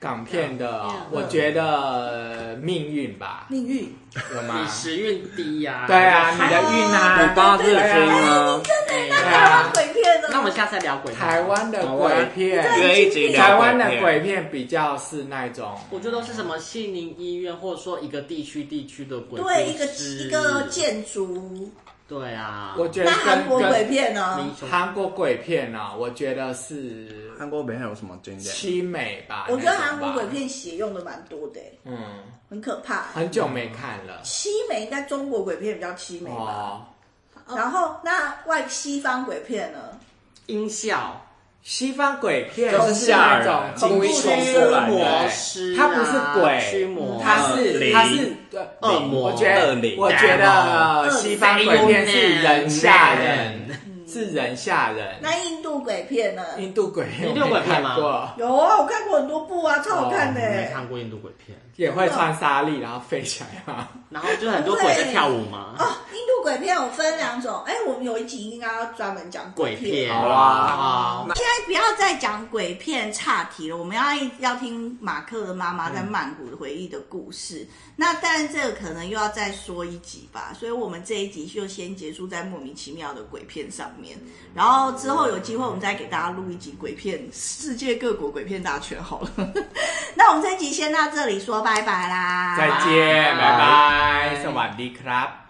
Speaker 2: 港片的哦、
Speaker 4: 嗯
Speaker 2: 我觉得命运吧，
Speaker 1: 命运
Speaker 2: 有
Speaker 4: 你
Speaker 2: 吗？
Speaker 4: 时运低呀、
Speaker 2: 对啊，你的
Speaker 1: 还有
Speaker 2: 运
Speaker 3: 五
Speaker 2: 啊，
Speaker 3: 八日军
Speaker 1: 哎
Speaker 3: 啊，
Speaker 2: 对
Speaker 1: 台湾
Speaker 2: 啊，
Speaker 1: 鬼片呢？
Speaker 4: (laughs) 那我们下次来聊鬼片
Speaker 2: 台，湾的鬼
Speaker 1: 哦
Speaker 2: 片，
Speaker 3: 约一集聊
Speaker 2: 台湾的
Speaker 3: 片
Speaker 2: 鬼片比较是那种，
Speaker 4: 我觉得都是什么西宁医院，或者说一个地区地区的鬼
Speaker 1: 对一
Speaker 4: 故
Speaker 1: 个
Speaker 4: 事
Speaker 1: 一个建筑，
Speaker 4: 对啊，
Speaker 2: 我觉得
Speaker 1: 那韩
Speaker 2: 跟
Speaker 1: 国鬼
Speaker 2: 跟
Speaker 1: 片呢
Speaker 4: 你？
Speaker 2: 韩国鬼片呢、我觉得是
Speaker 3: 韩国北片有什么经典？
Speaker 2: 凄美吧。
Speaker 1: 我觉得
Speaker 2: 那
Speaker 1: 韩
Speaker 2: 种吧
Speaker 1: 国鬼，片血用的蛮多的欸，
Speaker 2: 嗯，
Speaker 1: 很可怕欸。
Speaker 2: 很久没看了
Speaker 1: 凄美应该中国鬼片比较嗯凄美吧？
Speaker 2: 哦。
Speaker 1: 然后那外西方鬼片呢？
Speaker 4: 音效
Speaker 2: 西方鬼片
Speaker 3: 都是
Speaker 2: 是那
Speaker 3: 吓
Speaker 2: 种
Speaker 3: 人
Speaker 2: 恐怖
Speaker 3: 惊悚
Speaker 2: 片
Speaker 3: 出来的
Speaker 4: 魔师、啊，
Speaker 2: 它不是
Speaker 4: 驱
Speaker 2: 鬼，
Speaker 4: 魔，
Speaker 2: 它是
Speaker 3: 灵
Speaker 2: 它是对
Speaker 4: 恶嗯魔
Speaker 2: 我觉得
Speaker 3: 恶灵
Speaker 2: 我觉得呃
Speaker 1: 魔
Speaker 2: 西方鬼
Speaker 4: 哎
Speaker 2: 片是人吓人，是人吓人。
Speaker 1: 那印度鬼片呢？
Speaker 2: 印度鬼片
Speaker 4: 印度
Speaker 2: 我
Speaker 4: 鬼
Speaker 2: 没
Speaker 4: 片
Speaker 2: 看
Speaker 4: 吗
Speaker 2: 过，
Speaker 1: 有啊，我看过很多部啊，超好看的
Speaker 4: 哦我没
Speaker 1: 欸。
Speaker 4: 看过印度鬼片，
Speaker 2: 也会穿纱丽然后飞起来啊嘛。
Speaker 4: 然后就很多鬼在跳舞嘛，
Speaker 1: 哦，印度鬼片有分两种，哎，我们有一集应该要专门讲
Speaker 4: 鬼
Speaker 1: 片。
Speaker 4: 片
Speaker 3: 好啊，
Speaker 1: 现在不要再讲鬼片岔题了，我们要要听马克的妈妈在曼谷的回忆的故事。那但这个可能又要再说一集吧，所以我们这一集就先结束在莫名其妙的鬼片上面，然后之后有机会我们再给大家录一集鬼片世界各国鬼片大全好了。 (laughs) 那我们这一集先到这里，说拜拜啦，
Speaker 2: 再见，
Speaker 4: 拜
Speaker 2: 拜拜，สวัสดีครับ。